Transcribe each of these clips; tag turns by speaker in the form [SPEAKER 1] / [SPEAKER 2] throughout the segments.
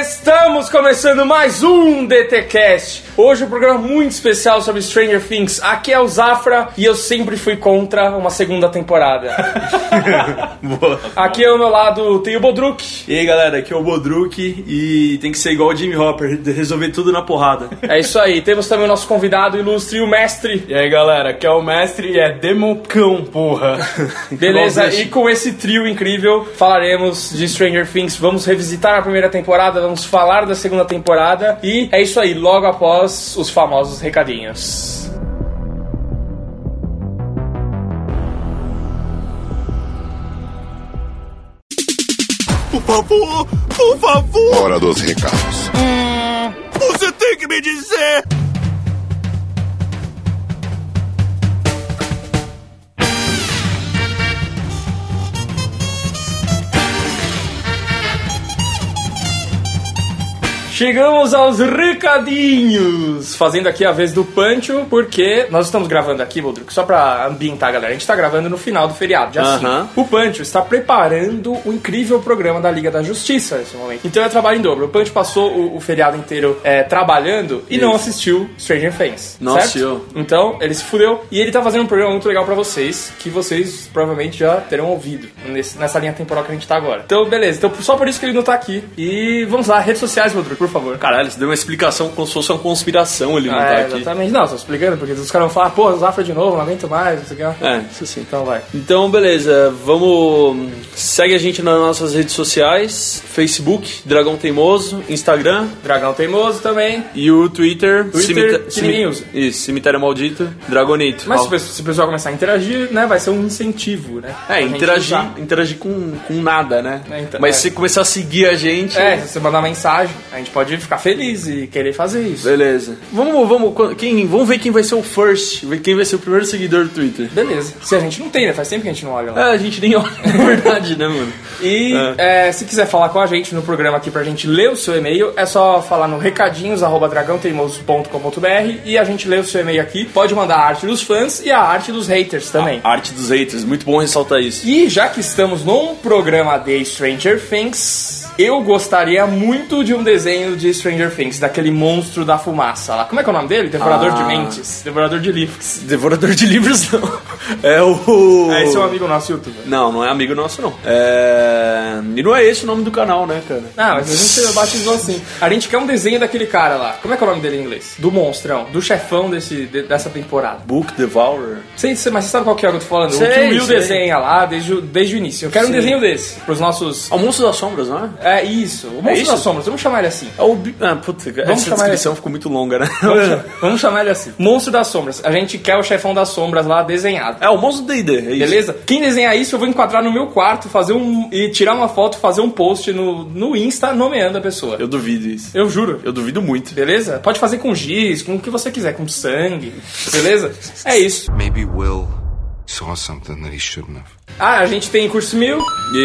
[SPEAKER 1] Estamos começando mais um DTcast. Hoje um programa muito especial sobre Stranger Things. Aqui é o Zafra e eu sempre fui contra uma segunda temporada.
[SPEAKER 2] Boa.
[SPEAKER 1] Aqui ao meu lado tem o Bodruk.
[SPEAKER 2] E aí galera, aqui é o Bodruk e tem que ser igual o Jimmy Hopper, de resolver tudo na porrada.
[SPEAKER 1] É isso aí. Temos também o nosso convidado ilustre, o mestre.
[SPEAKER 3] E aí galera, aqui é o mestre e é Democão, porra.
[SPEAKER 1] Beleza, e com esse trio incrível falaremos de Stranger Things. Vamos revisitar a primeira temporada, vamos falar da segunda temporada. E é isso aí, logo após os famosos recadinhos.
[SPEAKER 4] Por favor, por favor,
[SPEAKER 5] Hora dos recados.
[SPEAKER 4] você tem que me dizer.
[SPEAKER 1] Chegamos aos recadinhos! Fazendo aqui a vez do Pancho, porque nós estamos gravando aqui, Bodruco, só pra ambientar a galera. A gente tá gravando no final do feriado, dia
[SPEAKER 2] Aham.
[SPEAKER 1] 5. O Pancho está preparando o incrível programa da Liga da Justiça nesse momento. Então é trabalho em dobro. O Pancho passou o, o feriado inteiro é, trabalhando e não assistiu Stranger Things.
[SPEAKER 2] Não
[SPEAKER 1] certo?
[SPEAKER 2] assistiu.
[SPEAKER 1] Então ele se fudeu. E ele tá fazendo um programa muito legal pra vocês, que vocês provavelmente já terão ouvido nesse- nessa linha temporal que a gente tá agora. Então, beleza. Então só por isso que ele não tá aqui. E vamos lá, redes sociais, Bodruco, por favor.
[SPEAKER 2] Caralho, você deu uma explicação como se fosse uma conspiração ele não
[SPEAKER 1] Ah,
[SPEAKER 2] tá
[SPEAKER 1] é,
[SPEAKER 2] aqui.
[SPEAKER 1] exatamente. Não, só explicando, porque os caras vão falar, pô, Zafra de novo, não aguento mais, não sei o que. lá.
[SPEAKER 2] É, isso sim.
[SPEAKER 1] Então vai.
[SPEAKER 2] Então, beleza, vamos. Segue a gente nas nossas redes sociais: Facebook, Dragão Teimoso, Instagram
[SPEAKER 1] Dragão Teimoso também.
[SPEAKER 2] e o Twitter,
[SPEAKER 1] Twitter,
[SPEAKER 2] Cemita-
[SPEAKER 1] que
[SPEAKER 2] Cemi-
[SPEAKER 1] ninguém usa.
[SPEAKER 2] Isso, Cemitério Maldito, Dragonito.
[SPEAKER 1] Mas
[SPEAKER 2] Ó.
[SPEAKER 1] se o pe- se o pessoal começar a interagir, né, vai ser um incentivo, né? pra
[SPEAKER 2] É,
[SPEAKER 1] gente usar.
[SPEAKER 2] interagir, interagir com, com nada, né?
[SPEAKER 1] É, então,
[SPEAKER 2] Mas
[SPEAKER 1] é.
[SPEAKER 2] se começar a seguir a gente.
[SPEAKER 1] É, se você mandar mensagem, a gente pode ficar feliz e querer fazer isso.
[SPEAKER 2] Beleza. Vamos, vamos, quem, vamos ver quem vai ser o first, ver quem vai ser o primeiro seguidor do Twitter.
[SPEAKER 1] Beleza. Se a gente não tem, né? Faz tempo que a gente não olha
[SPEAKER 2] É,
[SPEAKER 1] lá.
[SPEAKER 2] a gente nem olha, na verdade, né, mano?
[SPEAKER 1] E é, se quiser falar com a gente no programa aqui pra gente ler o seu e-mail, é só falar no recadinhos.dragãoteimoso.com.br e a gente lê o seu e-mail aqui. Pode mandar a arte dos fãs e a arte dos haters também.
[SPEAKER 2] Arte dos haters, muito bom ressaltar isso.
[SPEAKER 1] E já que estamos num programa de Stranger Things, eu gostaria muito de um desenho de Stranger Things, daquele monstro da fumaça lá. Como é que é o nome dele? Devorador
[SPEAKER 2] Ah.
[SPEAKER 1] de Mentes. Devorador de Livros.
[SPEAKER 2] Devorador de livros não. É o.
[SPEAKER 1] É, esse é um amigo nosso youtuber.
[SPEAKER 2] Não, não é amigo nosso, não. É. E não é esse o nome do canal, né, cara?
[SPEAKER 1] Ah, mas a gente batizou assim. A gente quer um desenho daquele cara lá. Como é que é o nome dele em inglês? Do monstrão, do chefão desse, de- dessa temporada.
[SPEAKER 2] Book Devourer.
[SPEAKER 1] Sei, sei, mas você sabe qual que é o que eu tô falando? o que
[SPEAKER 2] Sei,
[SPEAKER 1] o Will
[SPEAKER 2] sei.
[SPEAKER 1] desenha lá desde, o- desde o início. Eu quero um
[SPEAKER 2] Sim.
[SPEAKER 1] desenho desse, pros nossos...
[SPEAKER 2] É o Monstro das Sombras, não é?
[SPEAKER 1] É isso, o Monstro
[SPEAKER 2] isso?
[SPEAKER 1] das Sombras, vamos chamar ele assim.
[SPEAKER 2] É o. bi- Ah, puta, essa
[SPEAKER 1] chamar
[SPEAKER 2] descrição ficou muito longa, né?
[SPEAKER 1] Vamos chamar- Vamos chamar ele assim. Monstro das Sombras. A gente quer o chefão das sombras lá desenhado.
[SPEAKER 2] É o Monstro D&D, é isso.
[SPEAKER 1] Beleza? Quem desenhar isso, eu vou enquadrar no meu quarto, fazer um. e tirar uma foto, fazer um post no, no Insta nomeando a pessoa. Eu,
[SPEAKER 2] Eu duvido isso.
[SPEAKER 1] juro.
[SPEAKER 2] Eu duvido muito.
[SPEAKER 1] Beleza? Pode fazer com giz, com o que você quiser, com sangue. Beleza? É isso.
[SPEAKER 5] Maybe Will saw something that he shouldn't have.
[SPEAKER 1] Ah, a gente tem curso mil.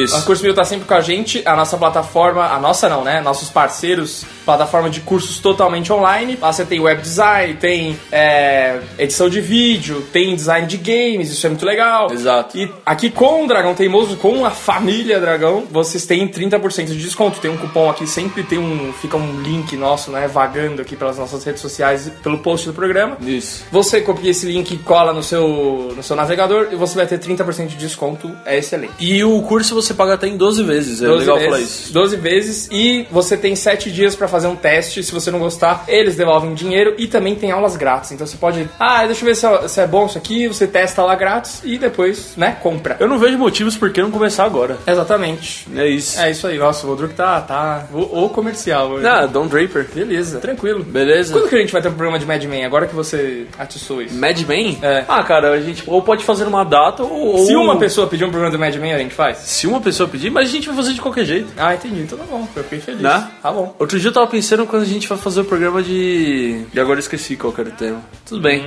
[SPEAKER 2] Isso.
[SPEAKER 1] A Curso Mil tá sempre com a gente, a nossa plataforma, a nossa não, né? Nossos parceiros, plataforma de cursos totalmente online. Lá você tem web design, tem é, edição de vídeo, tem design de games, isso é muito legal.
[SPEAKER 2] Exato.
[SPEAKER 1] E aqui com o Dragão Teimoso, com a família Dragão, vocês têm 30% de desconto. Tem um cupom aqui, sempre tem um. Fica um link nosso, né? Vagando aqui pelas nossas redes sociais, e pelo post do programa.
[SPEAKER 2] Isso.
[SPEAKER 1] Você copia esse link e cola no seu, no seu navegador e você vai ter 30% de desconto. É excelente.
[SPEAKER 2] E o curso você paga até em 12 vezes. É legal
[SPEAKER 1] vezes,
[SPEAKER 2] falar isso.
[SPEAKER 1] 12 vezes e você tem 7 dias pra fazer um teste. Se você não gostar, eles devolvem dinheiro e também tem aulas grátis. Então você pode, ah, deixa eu ver se é, se é bom isso aqui, você testa lá grátis e depois, né, compra.
[SPEAKER 2] Eu não vejo motivos por que não começar agora.
[SPEAKER 1] Exatamente.
[SPEAKER 2] É isso.
[SPEAKER 1] É isso aí, nossa, o Rodrigo tá, tá, o, o comercial. hoje.
[SPEAKER 2] Ah, Don Draper.
[SPEAKER 1] Beleza, tranquilo.
[SPEAKER 2] Beleza.
[SPEAKER 1] Quando que a gente vai ter um programa de Mad Men? Agora que você atiçou isso.
[SPEAKER 2] Mad Men?
[SPEAKER 1] É.
[SPEAKER 2] Ah, cara, a gente ou pode fazer uma data ou...
[SPEAKER 1] Se
[SPEAKER 2] ou-
[SPEAKER 1] uma pessoa pedir um programa do Mad Men, a gente faz?
[SPEAKER 2] Se uma pessoa pedir, mas a gente vai fazer de qualquer jeito.
[SPEAKER 1] Ah, entendi, então tá bom, eu fiquei feliz.
[SPEAKER 2] Né?
[SPEAKER 1] Tá bom.
[SPEAKER 2] Outro dia eu tava pensando quando a gente vai fazer o programa de... E agora eu esqueci qual que era o tema. Tudo bem.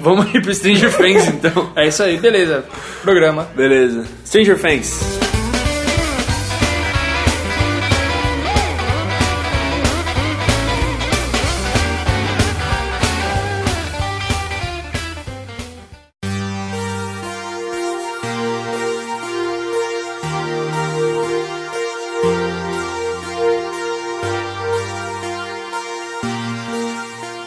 [SPEAKER 2] Vamos aí pro Stranger Things, então.
[SPEAKER 1] É isso aí, beleza. Programa.
[SPEAKER 2] Beleza. Stranger Things.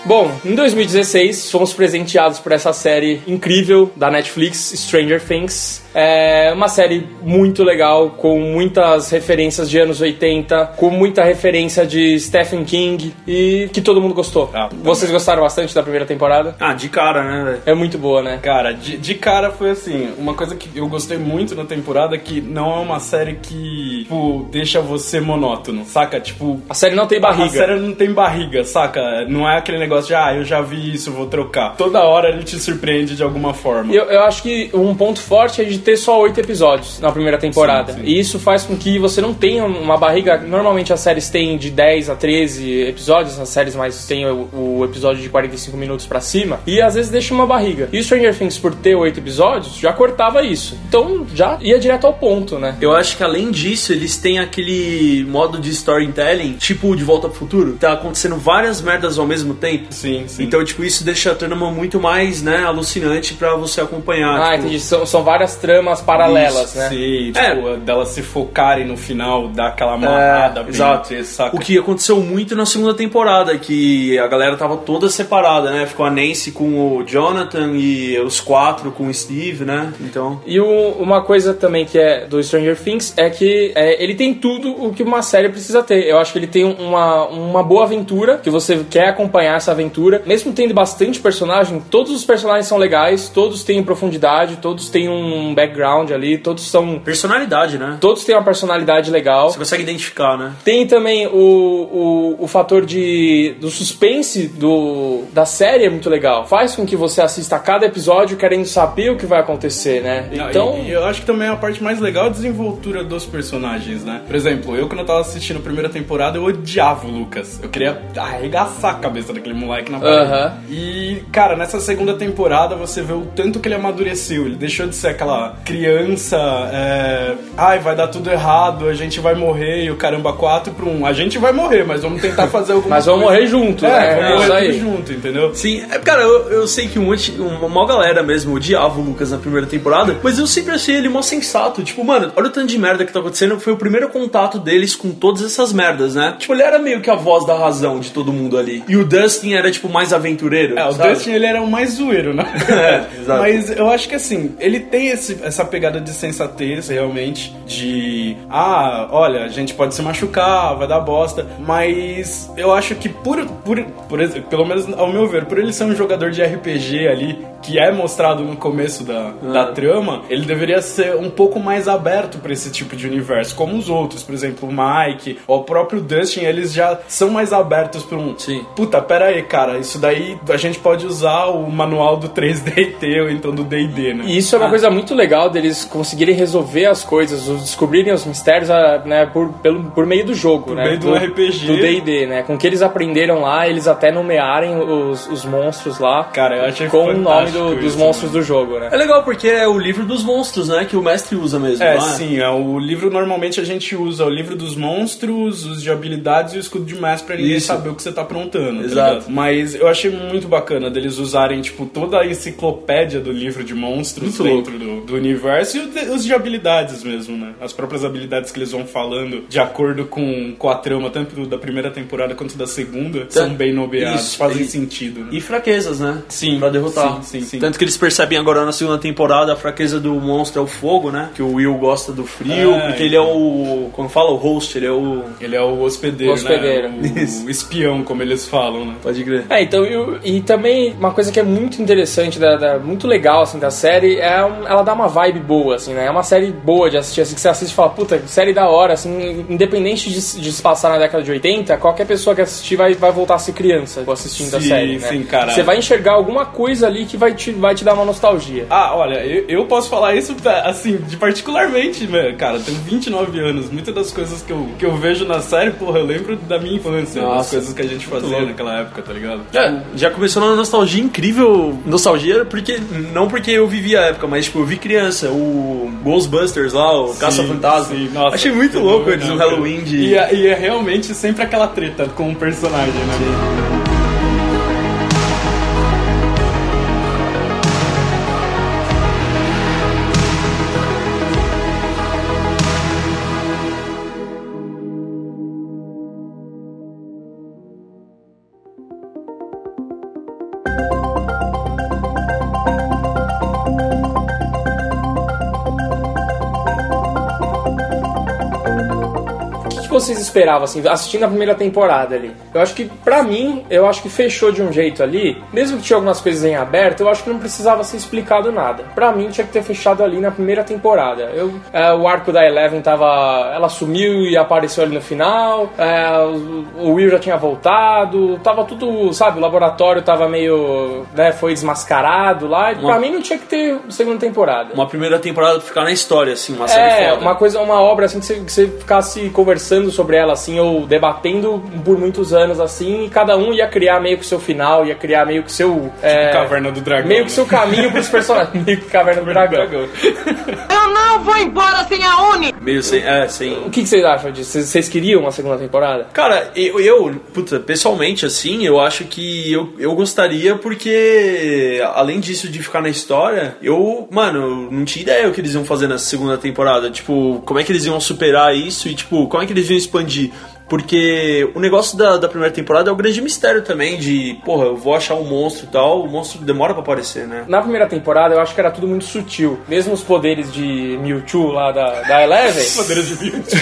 [SPEAKER 1] Bom, em 2016 fomos presenteados por essa série incrível da Netflix, Stranger Things. É uma série muito legal, com muitas referências de anos 80, com muita referência de Stephen King e que todo mundo gostou.
[SPEAKER 3] Ah,
[SPEAKER 1] Vocês gostaram bastante da primeira temporada?
[SPEAKER 2] Ah, de cara, né, velho?
[SPEAKER 1] É muito boa, né?
[SPEAKER 3] Cara, de, de cara foi assim, uma coisa que eu gostei muito na temporada que não é uma série que, tipo, deixa você monótono, saca? Tipo,
[SPEAKER 1] A série não tem barriga.
[SPEAKER 3] a série não tem barriga, saca? Não é aquele negócio de, ah, eu já vi isso, vou trocar. Toda hora ele te surpreende de alguma forma.
[SPEAKER 1] Eu, eu acho que um ponto forte é de ter só oito episódios na primeira temporada.
[SPEAKER 3] Sim, sim.
[SPEAKER 1] E isso faz com que você não tenha um, uma barriga. Normalmente as séries têm de 10 a 13 episódios, as séries mais têm o, o episódio de 45 minutos pra cima. E às vezes deixa uma barriga. E Stranger Things, por ter oito episódios, já cortava isso. Então já ia direto ao ponto, né?
[SPEAKER 2] Eu acho que além disso, eles têm aquele modo de storytelling, tipo de volta pro futuro. Tá acontecendo várias merdas ao mesmo tempo.
[SPEAKER 3] Sim, sim.
[SPEAKER 2] Então, tipo, isso deixa a trama muito mais, né, alucinante pra você acompanhar.
[SPEAKER 1] Ah,
[SPEAKER 2] tipo,
[SPEAKER 1] entendi. São, são várias tramas paralelas,
[SPEAKER 3] Isso,
[SPEAKER 1] né?
[SPEAKER 3] Sim,
[SPEAKER 2] É.
[SPEAKER 3] tipo, delas se focarem no final, dar aquela amarrada. bem,
[SPEAKER 2] exato.
[SPEAKER 3] saca?
[SPEAKER 2] O que aconteceu muito na segunda temporada, que a galera tava toda separada, né? Ficou a Nancy com o Jonathan e os quatro com o Steve, né? Então.
[SPEAKER 1] E o- uma coisa também que é do Stranger Things é que é, ele tem tudo o que uma série precisa ter. Eu acho que ele tem uma, uma boa aventura, que você quer acompanhar essa aventura. Mesmo tendo bastante personagem, todos os personagens são legais, todos têm profundidade, todos têm um background ali, todos são.
[SPEAKER 2] Personalidade, né?
[SPEAKER 1] Todos têm uma personalidade legal.
[SPEAKER 2] Você consegue identificar, né?
[SPEAKER 1] Tem também o, o, o fator de, do suspense do, da série é muito legal. Faz com que você assista a cada episódio querendo saber o que vai acontecer, né?
[SPEAKER 3] Não,
[SPEAKER 1] Então.
[SPEAKER 3] e- e eu acho que também a parte mais legal é a desenvoltura dos personagens, né? Por exemplo, eu quando eu tava assistindo a primeira temporada, eu odiava o Lucas. Eu queria arregaçar a cabeça daquele moleque na parede.
[SPEAKER 1] Aham.
[SPEAKER 3] E, cara, nessa segunda temporada você vê o tanto que ele amadureceu. Ele deixou de ser aquela criança, é, ai, vai dar tudo errado, a gente vai morrer, e o caramba, 4 pra um. A gente vai morrer, mas vamos tentar fazer alguma
[SPEAKER 1] Mas vamos
[SPEAKER 3] coisa."
[SPEAKER 1] morrer junto,
[SPEAKER 3] é,
[SPEAKER 1] né?
[SPEAKER 3] Vamos
[SPEAKER 1] É isso
[SPEAKER 3] morrer
[SPEAKER 1] aí.
[SPEAKER 3] tudo junto, entendeu?
[SPEAKER 2] Sim, é, cara, eu, eu sei que um monte, uma maior galera mesmo odiava o Lucas na primeira temporada, mas eu sempre achei ele mó sensato. Tipo, mano, olha o tanto de merda que tá acontecendo. Foi o primeiro contato deles com todas essas merdas, né? Tipo, ele era meio que a voz da razão de todo mundo ali. E o Dustin era, tipo, mais aventureiro.
[SPEAKER 3] É, o
[SPEAKER 2] sabe?
[SPEAKER 3] Dustin ele era o mais zoeiro, né?
[SPEAKER 2] É, exato.
[SPEAKER 3] Mas eu acho que assim, ele tem esse- essa pegada de sensatez realmente, de ah, olha, a gente pode se machucar, vai dar bosta, mas eu acho que por, por, por ex- pelo menos ao meu ver, por ele ser um jogador de RPG ali, que é mostrado no começo da,
[SPEAKER 1] Ah.
[SPEAKER 3] da trama, ele deveria ser um pouco mais aberto pra esse tipo de universo, como os outros, por exemplo, o Mike, ou o próprio Dustin, eles já são mais abertos pra um
[SPEAKER 2] Sim.
[SPEAKER 3] Puta, pera aí, cara. Isso daí a gente pode usar o manual do 3DT ou então do D&D, né?
[SPEAKER 1] E isso é uma coisa muito legal deles conseguirem resolver as coisas, os- descobrirem os mistérios ah, né, por, pelo, por meio do jogo, né?
[SPEAKER 3] meio do RPG.
[SPEAKER 1] Do D&D, né? Com o que eles aprenderam lá, eles até nomearem os, os monstros lá.
[SPEAKER 3] Cara, eu achei
[SPEAKER 1] Com o nome
[SPEAKER 3] fantástico
[SPEAKER 1] do- dos
[SPEAKER 3] isso,
[SPEAKER 1] monstros do jogo, né?
[SPEAKER 2] É legal porque é o livro dos monstros, né? Que o mestre usa mesmo.
[SPEAKER 3] É,
[SPEAKER 2] não
[SPEAKER 3] sim, é, o livro normalmente a gente usa o livro dos monstros, os de habilidades e o escudo de mestre pra ninguém
[SPEAKER 2] Isso.
[SPEAKER 3] saber o que você tá aprontando. tá
[SPEAKER 2] Exato.
[SPEAKER 3] ligado? Mas eu achei muito bacana deles usarem, tipo, toda a enciclopédia do livro de monstros
[SPEAKER 2] Muito
[SPEAKER 3] dentro do, do universo e o de- os de habilidades mesmo, né? As próprias habilidades que eles vão falando de acordo com, com a trama, tanto da primeira temporada quanto da segunda, são bem nomeados,
[SPEAKER 2] Tá. Isso,
[SPEAKER 3] fazem
[SPEAKER 2] e-
[SPEAKER 3] sentido. Né?
[SPEAKER 2] E fraquezas, né?
[SPEAKER 3] Sim,
[SPEAKER 2] Pra derrotar.
[SPEAKER 3] sim, sim, sim.
[SPEAKER 2] Tanto que eles percebem agora na segunda temporada a fraqueza do monstro é o fogo, né? Que o Will gosta do frio,
[SPEAKER 3] É,
[SPEAKER 2] porque ele é o. Como fala? O host, ele é o.
[SPEAKER 3] Ele é o hospedeiro,
[SPEAKER 1] Hospedeiro.
[SPEAKER 3] né? O- O espião, como eles falam, né?
[SPEAKER 2] Pode crer.
[SPEAKER 1] É, então, e, o- e também uma coisa que é muito interessante, da, da- muito legal, assim, da série, é um- ela dá uma vibe boa, assim, né? É uma série boa de assistir, assim, que você assiste e fala, puta, que série da hora, assim, independente de, se- de se passar na década de 80, qualquer pessoa que assistir vai, vai voltar a ser criança assistindo a
[SPEAKER 3] Sim,
[SPEAKER 1] série, né?
[SPEAKER 3] sim, cara.
[SPEAKER 1] Você vai enxergar alguma coisa ali que vai te, vai te dar uma nostalgia.
[SPEAKER 3] Ah, olha, eu, eu posso falar isso tá, assim, de particularmente, né, cara. Tenho 29 anos. Muitas das coisas que eu, que eu vejo na série, porra, eu lembro da minha infância. das
[SPEAKER 2] Nossa,
[SPEAKER 3] coisas que a gente fazia
[SPEAKER 2] louco.
[SPEAKER 3] naquela época, tá ligado?
[SPEAKER 2] É, já começou numa nostalgia incrível. Nostalgia, porque. Não porque eu vivi a época, mas tipo, eu vi criança. O Ghostbusters lá, o Caça-Fantasma.
[SPEAKER 3] sim, nossa,
[SPEAKER 2] Achei muito
[SPEAKER 3] fenomenal,
[SPEAKER 2] louco eles no
[SPEAKER 3] cara.
[SPEAKER 2] Halloween de.
[SPEAKER 3] E, é- e é realmente sempre aquela treta com o personagem, né?
[SPEAKER 1] vocês esperavam, assim, assistindo a primeira temporada ali? Eu acho que, pra mim, eu acho que fechou de um jeito ali. Mesmo que tinha algumas coisas em aberto, eu acho que não precisava ser explicado nada. Pra mim, tinha que ter fechado ali na primeira temporada. Eu, é, o arco da Eleven tava... Ela sumiu e apareceu ali no final. é, o, o Will já tinha voltado. Tava tudo, sabe? O laboratório tava meio... Né, foi desmascarado lá. E Pra mim, não tinha que ter segunda temporada
[SPEAKER 2] Uma primeira temporada pra ficar na história, assim, uma série
[SPEAKER 1] é,
[SPEAKER 2] foda.
[SPEAKER 1] uma coisa, uma obra assim que você, que você ficasse conversando sobre ela assim ou debatendo por muitos anos assim, e cada um ia criar meio que o seu final, ia criar meio que o seu é,
[SPEAKER 3] Tipo Caverna do Dragão.
[SPEAKER 1] meio que o seu caminho pros personagens, meio que Caverna do Dragão.
[SPEAKER 3] Dragão.
[SPEAKER 6] Eu não vou embora sem a Uni!
[SPEAKER 2] Meio sem. É, sem.
[SPEAKER 1] O que, que vocês acham disso? Vocês- Vocês queriam uma segunda temporada?
[SPEAKER 2] Cara, eu, eu, puta, pessoalmente, assim, eu acho que eu, eu gostaria, porque além disso de ficar na história, eu, mano, eu não tinha ideia o que eles iam fazer nessa segunda temporada. Tipo, como é que eles iam superar isso e, tipo, como é que eles iam expandir? Porque o negócio da, da primeira temporada é o grande mistério também, de, porra, eu vou achar um monstro e tal, o monstro demora pra aparecer, né?
[SPEAKER 1] Na primeira temporada eu acho que era tudo muito sutil. Mesmo os poderes de Mewtwo lá da, da Eleven.
[SPEAKER 3] Poderes de Beauty.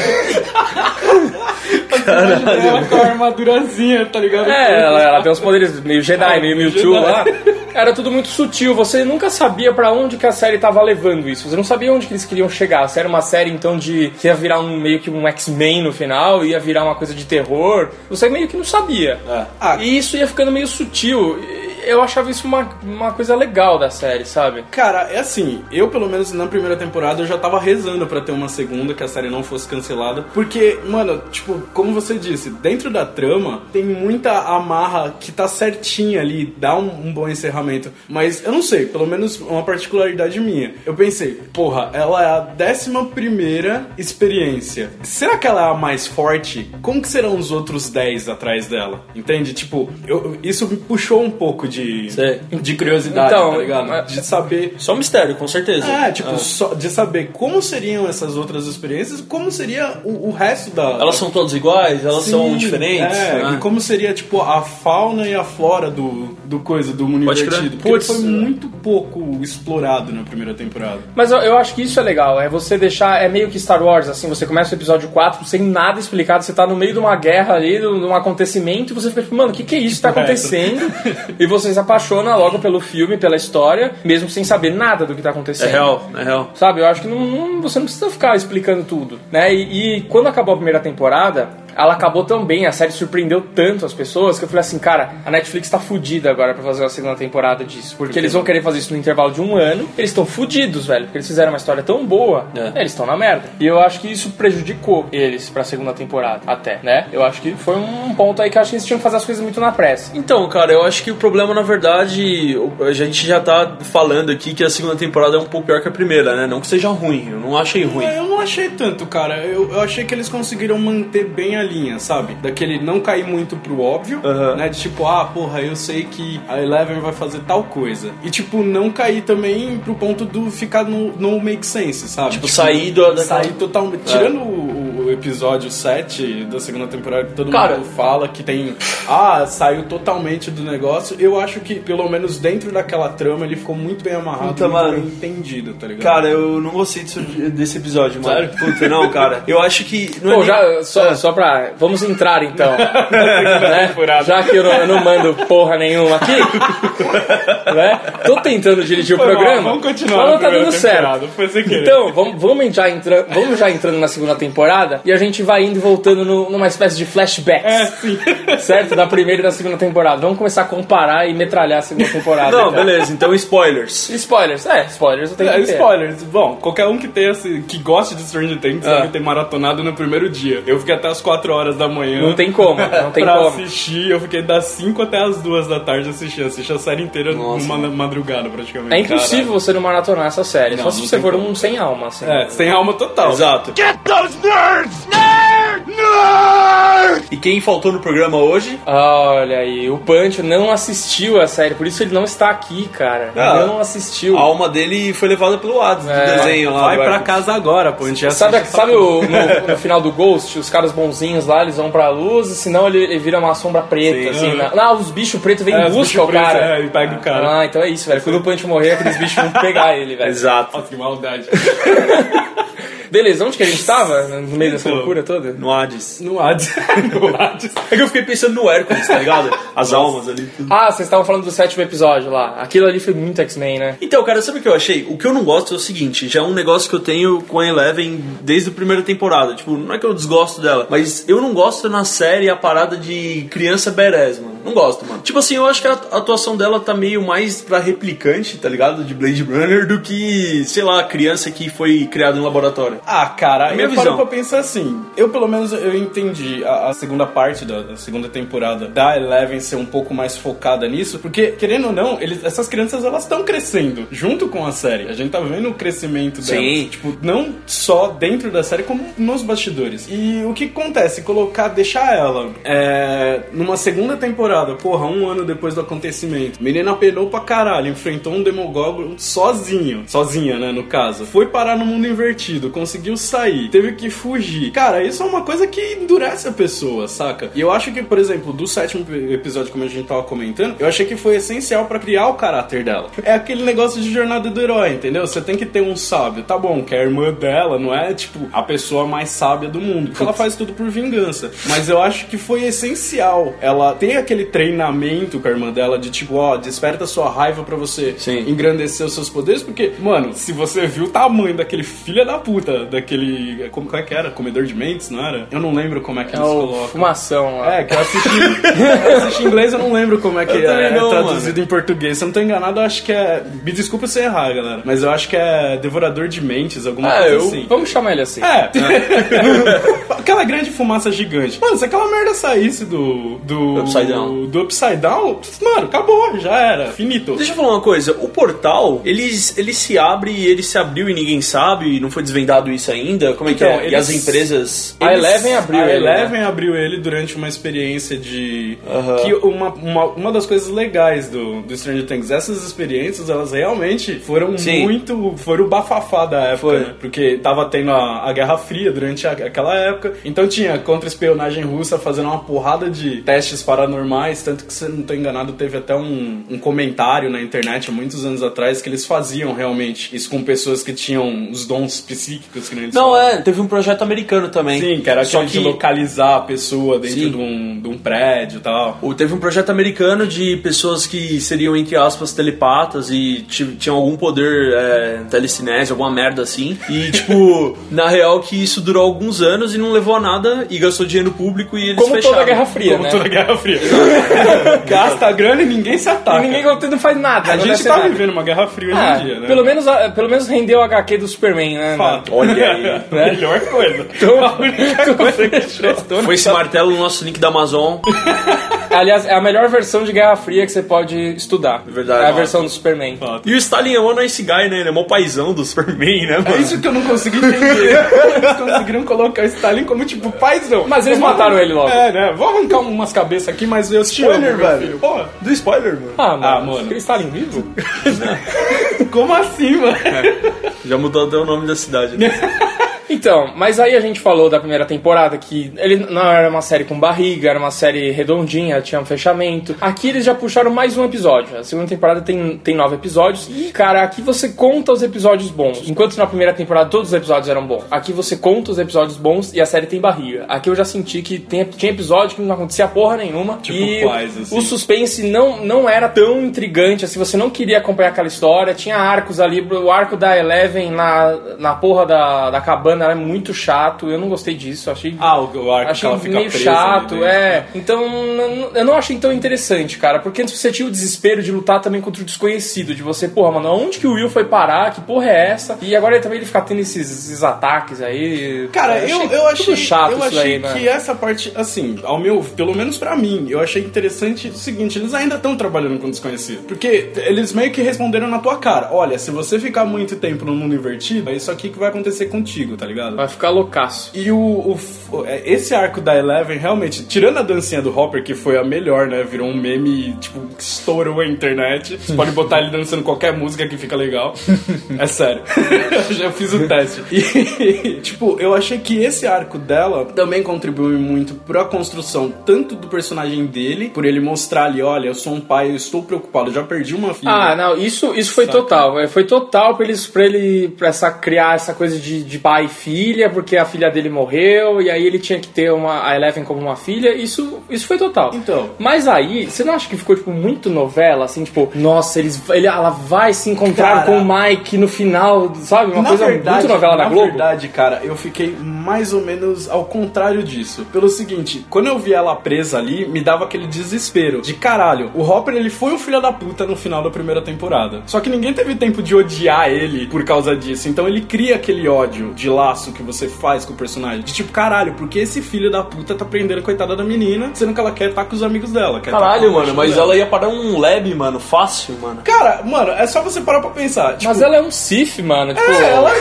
[SPEAKER 3] Ela com a armadurazinha, tá ligado?
[SPEAKER 1] É, ela, ela tem uns poderes meio Jedi, meio Mewtwo
[SPEAKER 3] Jedi.
[SPEAKER 1] lá. Era tudo muito sutil, você nunca sabia pra onde que a série tava levando isso. Você não sabia onde que eles queriam chegar. Se era uma série então de que ia virar um meio que um X-Men no final, ia virar uma coisa de terror, você meio que não sabia.
[SPEAKER 3] Ah.
[SPEAKER 1] E isso ia ficando meio sutil. E Eu achava isso uma, uma coisa legal da série, sabe?
[SPEAKER 3] Cara, é assim, eu pelo menos na primeira temporada eu já tava rezando pra ter uma segunda, que a série não fosse cancelada. Porque, mano, tipo, como você disse, dentro da trama tem muita amarra que tá certinha ali, dá um, um bom encerramento. Mas eu não sei, pelo menos uma particularidade minha. Eu pensei, porra, ela é a décima primeira experiência. Será que ela é a mais forte? Como que serão os outros 10 atrás dela? Entende? Tipo, eu- isso me puxou um pouco de,
[SPEAKER 2] Sei.
[SPEAKER 3] de curiosidade,
[SPEAKER 1] Então,
[SPEAKER 3] tá ligado?
[SPEAKER 1] mas-
[SPEAKER 3] De saber
[SPEAKER 2] Só um mistério, com certeza.
[SPEAKER 3] ah, tipo, só de saber como seriam essas outras experiências, como seria o, o resto da.
[SPEAKER 2] Elas são todas iguais? Elas
[SPEAKER 3] Sim,
[SPEAKER 2] são diferentes?
[SPEAKER 3] É,
[SPEAKER 2] né?
[SPEAKER 3] e como seria, tipo, a fauna e a flora do, do coisa, do mundo
[SPEAKER 2] Pode crer.
[SPEAKER 3] invertido. Porque
[SPEAKER 2] Putz.
[SPEAKER 3] foi muito pouco explorado na primeira temporada.
[SPEAKER 1] Mas eu, eu acho que isso é legal, é você deixar. É meio que Star Wars, assim, você começa o episódio 4 sem nada explicado, você tá no meio de uma guerra ali, de um de um acontecimento, e você fica tipo, mano, o que, que é isso que tá acontecendo? e você se apaixona logo pelo filme, pela história, mesmo sem saber nada do que tá
[SPEAKER 2] É
[SPEAKER 1] acontecendo.
[SPEAKER 2] real, é real.
[SPEAKER 1] Sabe, eu acho que não, não- você não precisa ficar explicando tudo, né? E, e quando acabou a primeira temporada, ela acabou tão bem, a série surpreendeu tanto as pessoas que eu falei assim, cara, a Netflix tá fudida agora pra fazer uma segunda temporada disso. Porque eles vão querer fazer isso no intervalo de um ano, eles estão fudidos, velho, porque eles fizeram uma história tão boa,
[SPEAKER 2] É.
[SPEAKER 1] eles estão na merda. E eu acho que isso prejudicou eles pra segunda temporada, até, né? Eu acho que foi um ponto aí que eu acho que eles tinham que fazer as coisas muito na pressa.
[SPEAKER 2] Então, cara, eu acho que o problema, na verdade, o- a gente já tá falando aqui que a segunda temporada é um pouco pior que a primeira, né? Não que seja ruim, eu não achei ruim.
[SPEAKER 3] É, Eu não achei tanto, cara. Eu, eu achei que eles conseguiram manter bem a linha, sabe? Daquele não cair muito pro óbvio,
[SPEAKER 2] Aham.
[SPEAKER 3] né? De tipo, ah, porra, eu sei que a Eleven vai fazer tal coisa. E, tipo, não cair também pro ponto do ficar no, no make sense, sabe?
[SPEAKER 2] Tipo, sair do- É. daquela-
[SPEAKER 3] Sair totalmente. Tirando o, o episódio 7 da segunda temporada que todo
[SPEAKER 1] Cara.
[SPEAKER 3] mundo fala que tem. Ah, saiu totalmente do negócio. Eu acho que, pelo menos dentro daquela trama, ele ficou muito bem amarrado,
[SPEAKER 2] Puta,
[SPEAKER 3] muito
[SPEAKER 2] mano.
[SPEAKER 3] bem entendido, tá ligado?
[SPEAKER 2] Cara, eu não gostei disso- desse episódio, mano. Puta, não, cara. Eu acho que. Não é
[SPEAKER 1] Bom,
[SPEAKER 2] nem-
[SPEAKER 1] já, só,
[SPEAKER 3] Ah.
[SPEAKER 1] só pra. Vamos entrar então. Né? Já que eu não, eu não mando porra nenhuma aqui. né? Tô tentando dirigir o
[SPEAKER 3] Foi mal,
[SPEAKER 1] programa.
[SPEAKER 3] vamos continuar
[SPEAKER 1] Mas
[SPEAKER 3] na
[SPEAKER 1] não tá
[SPEAKER 3] primeira
[SPEAKER 1] dando certo.
[SPEAKER 3] temporada, foi sem querer.
[SPEAKER 1] Então, vamos, vamos, já entra, vamos já entrando na segunda temporada e a gente vai indo e voltando no- numa espécie de flashbacks.
[SPEAKER 3] É, sim.
[SPEAKER 1] Certo? Da primeira e da segunda temporada. Vamos começar a comparar e metralhar a segunda temporada.
[SPEAKER 2] Não,
[SPEAKER 1] então.
[SPEAKER 2] beleza, então spoilers.
[SPEAKER 1] Spoilers, é, spoilers eu tenho
[SPEAKER 3] É,
[SPEAKER 1] que ter.
[SPEAKER 3] spoilers. Bom, qualquer um que tenha esse- que goste de Stranger Things
[SPEAKER 2] Ah.
[SPEAKER 3] deve ter maratonado no primeiro dia. Eu fiquei até as 4 horas da manhã.
[SPEAKER 1] Não tem como, não tem
[SPEAKER 3] pra
[SPEAKER 1] como.
[SPEAKER 3] assistir, eu fiquei das 5 até as 2 da tarde assistindo. Assisti a série inteira
[SPEAKER 2] Nossa,
[SPEAKER 3] numa madrugada, praticamente.
[SPEAKER 1] É impossível você não maratonar essa série,
[SPEAKER 3] Não,
[SPEAKER 1] só se
[SPEAKER 3] não
[SPEAKER 1] você
[SPEAKER 3] tem
[SPEAKER 1] for
[SPEAKER 3] como.
[SPEAKER 1] um sem alma, assim.
[SPEAKER 3] Caralho. É, sem alma total.
[SPEAKER 2] Exato.
[SPEAKER 4] Get those nerds! Nerd! Nerd!
[SPEAKER 2] E quem faltou no programa hoje?
[SPEAKER 1] Olha aí, o Pancho não assistiu a série, por isso ele não está aqui, cara.
[SPEAKER 2] Ah.
[SPEAKER 1] não assistiu.
[SPEAKER 2] A alma dele foi levada pelo Hades
[SPEAKER 1] É.
[SPEAKER 2] do desenho lá.
[SPEAKER 3] Vai
[SPEAKER 2] do
[SPEAKER 3] pra
[SPEAKER 2] arco.
[SPEAKER 3] casa agora, É, pô. A gente já
[SPEAKER 1] Sabe,
[SPEAKER 3] assiste
[SPEAKER 1] sabe o, no, no final do Ghost, os caras bonzinhos lá, eles vão pra luz, e senão ele, ele vira uma sombra preta, assim. na- Não, os bichos pretos vêm
[SPEAKER 3] É,
[SPEAKER 1] em
[SPEAKER 3] os
[SPEAKER 1] busca
[SPEAKER 3] bichos
[SPEAKER 1] o
[SPEAKER 3] presos,
[SPEAKER 1] cara.
[SPEAKER 3] É, e pega o cara.
[SPEAKER 1] Ah, então é isso, velho. Quando o Punch morrer, aqueles bichos vão pegar ele, velho.
[SPEAKER 2] Exato.
[SPEAKER 3] Nossa, que maldade.
[SPEAKER 1] Beleza, onde que a gente tava no meio dessa
[SPEAKER 2] Então,
[SPEAKER 1] loucura toda?
[SPEAKER 2] No Hades.
[SPEAKER 3] No Hades. no Hades.
[SPEAKER 2] É que eu fiquei pensando no Hércules, tá ligado? As almas ali. tudo.
[SPEAKER 1] Ah, vocês estavam falando do sétimo episódio lá. Aquilo ali foi muito X-Men, né?
[SPEAKER 2] Então, cara, sabe o que eu achei? O que eu não gosto é o seguinte, já é um negócio que eu tenho com a Eleven desde a primeira temporada. Tipo, não é que eu desgosto dela, mas eu não gosto na série a parada de criança badass, mano. Não gosto, mano. Tipo assim, eu acho que a atuação dela tá meio mais pra replicante, tá ligado? De Blade Runner do que, sei lá, a criança que foi criada em laboratório.
[SPEAKER 3] Ah, cara,
[SPEAKER 2] Minha
[SPEAKER 3] eu paro
[SPEAKER 2] visão.
[SPEAKER 3] pra pensar assim. Eu, pelo menos, eu entendi a, a segunda parte da, da segunda temporada da Eleven ser um pouco mais focada nisso, porque, querendo ou não, eles, essas crianças, elas estão crescendo junto com a série. A gente tá vendo o crescimento delas.
[SPEAKER 2] Sim.
[SPEAKER 3] Tipo, não só dentro da série, como nos bastidores. E o que acontece? Colocar, deixar ela é, numa segunda temporada, porra, um ano depois do acontecimento. Menina penou pra caralho, enfrentou um demogorgon sozinho. Sozinha, né, no caso. Foi parar no mundo invertido, conseguiu sair, teve que fugir. Cara, isso é uma coisa que endurece a pessoa, saca? E eu acho que, por exemplo, do sétimo episódio, como a gente tava comentando, eu achei que foi essencial pra criar o caráter dela. É aquele negócio de jornada do herói, entendeu? Você tem que ter um sábio. Tá bom, que a irmã dela não é, tipo, a pessoa mais sábia do mundo. Porque ela faz tudo por vingança. Mas eu acho que foi essencial ela ter aquele treinamento com a irmã dela de tipo, ó, desperta sua raiva pra você
[SPEAKER 2] Sim.
[SPEAKER 3] engrandecer os seus poderes. Porque, mano, se você viu o tamanho daquele filha da puta, daquele. Como, como é que era? Comedor de mentes, não era? Eu não lembro como é que
[SPEAKER 1] É
[SPEAKER 3] eles
[SPEAKER 1] o
[SPEAKER 3] colocam.
[SPEAKER 1] Fumação lá.
[SPEAKER 3] É, que eu assisti, eu assisti em inglês, eu não lembro como é que
[SPEAKER 2] Eu também
[SPEAKER 3] é,
[SPEAKER 2] não,
[SPEAKER 3] traduzido em português. Se eu não tô enganado, eu acho que é. Me desculpa se eu errar, galera. Mas eu acho que é Devorador de Mentes, alguma
[SPEAKER 2] É,
[SPEAKER 1] Ah,
[SPEAKER 3] coisa
[SPEAKER 1] eu-
[SPEAKER 3] assim.
[SPEAKER 1] Vamos chamar ele assim.
[SPEAKER 3] É. aquela grande fumaça gigante. Mano, se aquela merda saísse do. Do
[SPEAKER 2] Upside Down.
[SPEAKER 3] Do Upside Down, mano, acabou, já era. Finito.
[SPEAKER 2] Deixa eu falar uma coisa, o portal, ele, ele se abre e ele se abriu e ninguém sabe, e não foi desvendado isso ainda, como é que
[SPEAKER 3] Então,
[SPEAKER 2] é? E
[SPEAKER 3] eles-
[SPEAKER 2] as empresas...
[SPEAKER 1] A Eleven abriu
[SPEAKER 3] a
[SPEAKER 1] ele, né?
[SPEAKER 3] Eleven abriu ele durante uma experiência de.
[SPEAKER 2] Aham.
[SPEAKER 3] Que uma, uma, uma das coisas legais do, do Stranger Things, essas experiências, elas realmente foram
[SPEAKER 2] Sim.
[SPEAKER 3] muito. Foram o bafafá da época,
[SPEAKER 2] Foi.
[SPEAKER 3] né? Porque tava tendo a, a Guerra Fria durante a- aquela época. Então tinha contra-espionagem russa fazendo uma porrada de testes paranormais. Tanto que, se eu não tô enganado, teve até um, um comentário na internet há muitos anos atrás que eles faziam realmente isso com pessoas que tinham os dons psíquicos que nem eles
[SPEAKER 2] Não,
[SPEAKER 3] falam.
[SPEAKER 2] é, teve um projeto americano também.
[SPEAKER 3] Sim, que era
[SPEAKER 2] Só
[SPEAKER 3] aquele de
[SPEAKER 2] que-
[SPEAKER 3] localizar a pessoa dentro
[SPEAKER 2] Sim.
[SPEAKER 3] de um, de um prédio e tal.
[SPEAKER 2] Ou teve um projeto americano de pessoas que seriam, entre aspas, telepatas e ti- tinham algum poder é, telecinese, alguma merda assim. E, tipo, na real que isso durou alguns anos e não levou a nada e gastou dinheiro público e eles
[SPEAKER 1] Como
[SPEAKER 2] fecharam.
[SPEAKER 1] toda Guerra Fria,
[SPEAKER 3] Como
[SPEAKER 1] né?
[SPEAKER 3] toda Guerra Fria. Gasta grana e ninguém se ataca.
[SPEAKER 1] E ninguém não faz nada.
[SPEAKER 3] A
[SPEAKER 1] não
[SPEAKER 3] gente
[SPEAKER 1] acontece
[SPEAKER 3] tá
[SPEAKER 1] nada.
[SPEAKER 3] vivendo uma Guerra Fria
[SPEAKER 1] Ah,
[SPEAKER 3] hoje em dia, né?
[SPEAKER 1] pelo, menos, ah, pelo menos rendeu o HQ do Superman, né?
[SPEAKER 3] Fato.
[SPEAKER 2] Olha aí.
[SPEAKER 3] Melhor coisa.
[SPEAKER 1] Então-
[SPEAKER 3] a única coisa que prestou
[SPEAKER 2] Foi esse martelo no nosso link da Amazon.
[SPEAKER 1] Aliás, é a melhor versão de Guerra Fria que você pode estudar.
[SPEAKER 2] Verdade.
[SPEAKER 1] É a
[SPEAKER 2] Nossa.
[SPEAKER 1] versão do Superman.
[SPEAKER 2] E o Stalin é mó nice guy, né? Ele é mó paizão do Superman, né,
[SPEAKER 3] É
[SPEAKER 2] mano?
[SPEAKER 3] isso que eu não consegui entender. Eles conseguiram colocar o Stalin como, tipo, paizão.
[SPEAKER 1] Mas eles mataram ele logo.
[SPEAKER 3] É, né? Vou arrancar umas cabeças aqui, mas eu te amo, meu filho. Porra,
[SPEAKER 2] Do spoiler, mano.
[SPEAKER 1] Ah, mano.
[SPEAKER 3] Ah, mano.
[SPEAKER 1] Ele está ali vivo?
[SPEAKER 3] como assim, mano?
[SPEAKER 2] Já mudou até o nome da cidade, né?
[SPEAKER 1] Então, mas aí a gente falou da primeira temporada que ele não era uma série com barriga, era uma série redondinha, tinha um fechamento. Aqui eles já puxaram mais um episódio. A segunda temporada tem, tem nove episódios. E, cara, aqui você conta os episódios bons. Enquanto na primeira temporada todos os episódios eram bons. Aqui você conta os episódios bons e a série tem barriga. Aqui eu já senti que tem- tinha episódio que não acontecia porra nenhuma.
[SPEAKER 3] Tipo
[SPEAKER 1] e
[SPEAKER 3] quais, assim?
[SPEAKER 1] o suspense não, não era tão intrigante assim, você não queria acompanhar aquela história, tinha arcos ali, o arco da Eleven na, na porra da, da cabana era muito chato, eu não gostei disso, achei...
[SPEAKER 3] Ah, o, o arco que
[SPEAKER 1] Achei
[SPEAKER 3] ela fica
[SPEAKER 1] meio
[SPEAKER 3] presa né? ali
[SPEAKER 1] chato,
[SPEAKER 3] dentro.
[SPEAKER 1] é. Então, n- eu não achei tão interessante, cara. Porque antes você tinha o desespero de lutar também contra o desconhecido. De você, porra, mano, aonde que o Will foi parar? Que porra é essa? E agora ele também ele fica tendo esses, esses ataques aí. É,
[SPEAKER 3] Cara, eu, eu
[SPEAKER 1] tudo
[SPEAKER 3] achei,
[SPEAKER 1] chato
[SPEAKER 3] eu
[SPEAKER 1] isso daí,
[SPEAKER 3] achei
[SPEAKER 1] né?
[SPEAKER 3] que essa parte, assim, ao meu, pelo menos pra mim, eu achei interessante o seguinte, eles ainda estão trabalhando com desconhecido. Porque eles meio que responderam na tua cara. Olha, se você ficar muito tempo no mundo invertido, é isso aqui que vai acontecer contigo, tá ligado?
[SPEAKER 1] Vai ficar loucaço.
[SPEAKER 3] E o, o f- o- é, esse arco da Eleven, realmente, tirando a dancinha do Hopper, que foi a melhor, né? Virou um meme, tipo, que estourou a internet. Você pode botar ele dançando qualquer música que fica legal. É sério. eu já fiz o teste. E, tipo, eu achei que esse arco dela também contribui muito pra construção tanto do personagem dele, por ele mostrar ali, olha, eu sou um pai, eu estou preocupado, eu já perdi uma filha.
[SPEAKER 1] Ah, não, isso, isso foi total. é, Foi total pra eles pra ele pra essa, criar essa coisa de, de pai e filha porque a filha dele morreu e aí ele tinha que ter uma, a Eleven como uma filha. Isso, isso foi total.
[SPEAKER 3] Então.
[SPEAKER 1] Mas aí, você não acha que ficou, tipo, muito novela, assim, tipo, nossa, eles, ele, ela vai se encontrar
[SPEAKER 3] Cara.
[SPEAKER 1] com o Mike no final, sabe? Uma coisa muito novela da
[SPEAKER 3] na
[SPEAKER 1] Globo.
[SPEAKER 3] verdade, cara, eu fiquei mais ou menos ao contrário disso. Pelo seguinte, quando eu vi ela presa ali, me dava aquele desespero de caralho. O Hopper, ele foi o filho da puta no final da primeira temporada. Só que ninguém teve tempo de odiar ele por causa disso. Então ele cria aquele ódio de laço que você faz com o personagem. De tipo, caralho, porque esse filho da puta tá prendendo a coitada da menina, sendo que ela quer estar com os amigos dela. quer tá com
[SPEAKER 2] Caralho,
[SPEAKER 3] o
[SPEAKER 2] mano,
[SPEAKER 3] macho
[SPEAKER 2] mas
[SPEAKER 3] dela.
[SPEAKER 2] ela ia parar um lab, mano, fácil, mano.
[SPEAKER 3] Cara, mano, é só você parar pra pensar. Tipo,
[SPEAKER 1] Mas ela é um Sif, mano. Tipo,
[SPEAKER 3] É, ela,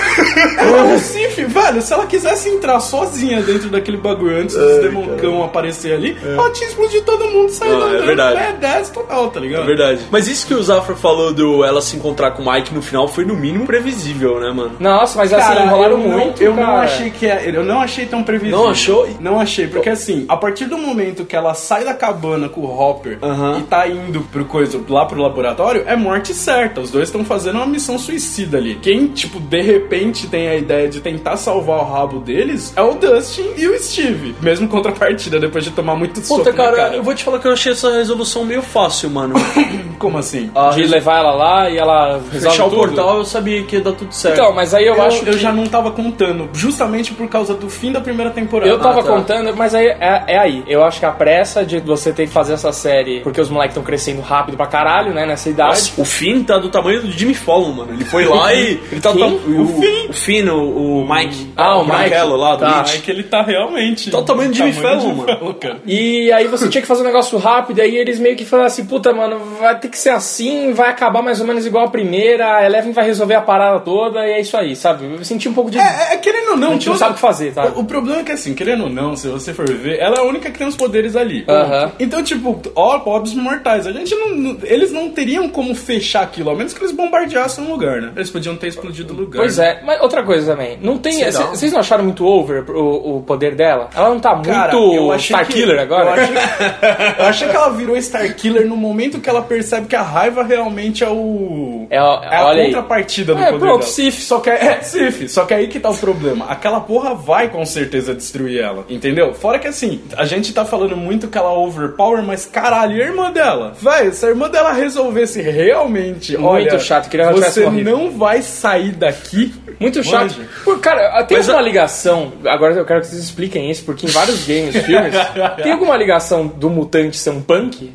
[SPEAKER 3] ela é um Sif, velho. Se ela quisesse entrar sozinha dentro daquele bagulho antes dos Demoncão aparecer ali, ela tinha explodido todo mundo saindo
[SPEAKER 2] É. Não, é
[SPEAKER 3] andando.
[SPEAKER 2] verdade.
[SPEAKER 3] É 10 total, tá ligado?
[SPEAKER 2] É verdade. Mas isso que o Zafra falou do ela se encontrar com o Mike no final foi no mínimo previsível, né, mano?
[SPEAKER 1] Nossa, mas assim,
[SPEAKER 3] Cara,
[SPEAKER 1] enrolaram
[SPEAKER 3] eu não-
[SPEAKER 1] muito.
[SPEAKER 3] Eu não
[SPEAKER 1] cara.
[SPEAKER 3] achei que é, eu não achei tão previsível.
[SPEAKER 2] Não achou?
[SPEAKER 3] Não achei, porque
[SPEAKER 1] Então-
[SPEAKER 3] assim, a partir do momento que ela sai da cabana com o Hopper
[SPEAKER 2] Aham.
[SPEAKER 3] e tá indo pro coisa lá pro laboratório, é morte certa. Os dois estão fazendo uma missão suicida ali. Quem, tipo, de repente tem a ideia de tentar salvar o rabo deles é o Dustin e o Steve. Mesmo contrapartida, depois de tomar muito soco
[SPEAKER 2] Puta,
[SPEAKER 3] na cara.
[SPEAKER 2] cara, eu vou te falar que eu achei essa resolução meio fácil, mano. Ah,
[SPEAKER 3] Como assim?
[SPEAKER 1] De levar ela lá e ela resolve
[SPEAKER 2] Fechar o
[SPEAKER 1] tudo.
[SPEAKER 2] portal eu sabia que ia dar tudo certo.
[SPEAKER 1] Então, mas aí eu, acho
[SPEAKER 3] eu
[SPEAKER 1] que...
[SPEAKER 3] já não tava contando, justamente por causa do fim da primeira temporada. Ah,
[SPEAKER 1] Eu tava
[SPEAKER 2] tá.
[SPEAKER 1] contando, mas aí é, é aí. Eu acho que a pressa de você ter que fazer essa série, porque os moleques estão crescendo rápido pra caralho, né, nessa idade.
[SPEAKER 2] Nossa, o Finn tá do tamanho do Jimmy Fallon, mano. Ele foi lá e. Ele tá do
[SPEAKER 1] Quem?
[SPEAKER 2] ta- o, o Finn? O o, Mike.
[SPEAKER 1] Ah, o Mike.
[SPEAKER 2] Branquelo lá do
[SPEAKER 1] Tá.
[SPEAKER 2] It.
[SPEAKER 3] É que ele tá realmente. um
[SPEAKER 2] Tá o tamanho
[SPEAKER 1] um
[SPEAKER 2] de Jimmy Fallon, mano.
[SPEAKER 3] cara.
[SPEAKER 1] E aí você tinha que fazer um negócio rápido, e aí eles meio que falaram assim, puta, mano, vai ter que ser assim, vai acabar mais ou menos igual a primeira, a Eleven vai resolver a parada toda, e é isso aí, sabe? Eu senti um pouco de...
[SPEAKER 3] É, é, querendo ou não,
[SPEAKER 1] A gente não
[SPEAKER 3] toda-
[SPEAKER 1] sabe o que fazer, tá?
[SPEAKER 3] O, o problema é que, assim, querendo ou não, se você for ver, ela é a única que tem os poderes ali.
[SPEAKER 1] Aham.
[SPEAKER 3] Então, tipo, ó, pobres mortais. A gente não, não- Eles não teriam como fechar aquilo, a menos que eles bombardeassem um lugar, né? Eles podiam ter explodido o lugar.
[SPEAKER 1] Pois é, mas outra coisa também, não tem...
[SPEAKER 2] Sei não.
[SPEAKER 1] Vocês não acharam muito over o, o poder dela? Ela não tá muito
[SPEAKER 3] Cara, eu achei
[SPEAKER 1] Star
[SPEAKER 3] que-
[SPEAKER 1] Killer agora? É,
[SPEAKER 3] Eu achei, eu achei que ela virou Star Killer no momento que ela percebe que a raiva realmente é o.
[SPEAKER 1] É, ó,
[SPEAKER 3] a
[SPEAKER 1] olha aí.
[SPEAKER 3] contrapartida do
[SPEAKER 1] É,
[SPEAKER 3] poder
[SPEAKER 1] pronto,
[SPEAKER 3] dela.
[SPEAKER 1] Sif.
[SPEAKER 3] Só que é, é Sif, só que aí que tá o problema. Aquela porra vai com certeza destruir ela, entendeu? Fora que assim, a gente tá falando muito que ela overpower, mas caralho, e a irmã dela? Véi, se a irmã dela resolvesse realmente.
[SPEAKER 1] Muito
[SPEAKER 3] olha,
[SPEAKER 1] chato, queria que ela
[SPEAKER 3] Você
[SPEAKER 1] tivesse morrido.
[SPEAKER 3] não vai sair daqui.
[SPEAKER 1] Muito chato.
[SPEAKER 3] Longe.
[SPEAKER 1] Pô, cara, tem
[SPEAKER 2] Mas
[SPEAKER 1] alguma
[SPEAKER 2] a-
[SPEAKER 1] ligação. Agora eu quero que vocês expliquem isso, porque em vários games, filmes, tem alguma ligação do mutante ser um punk?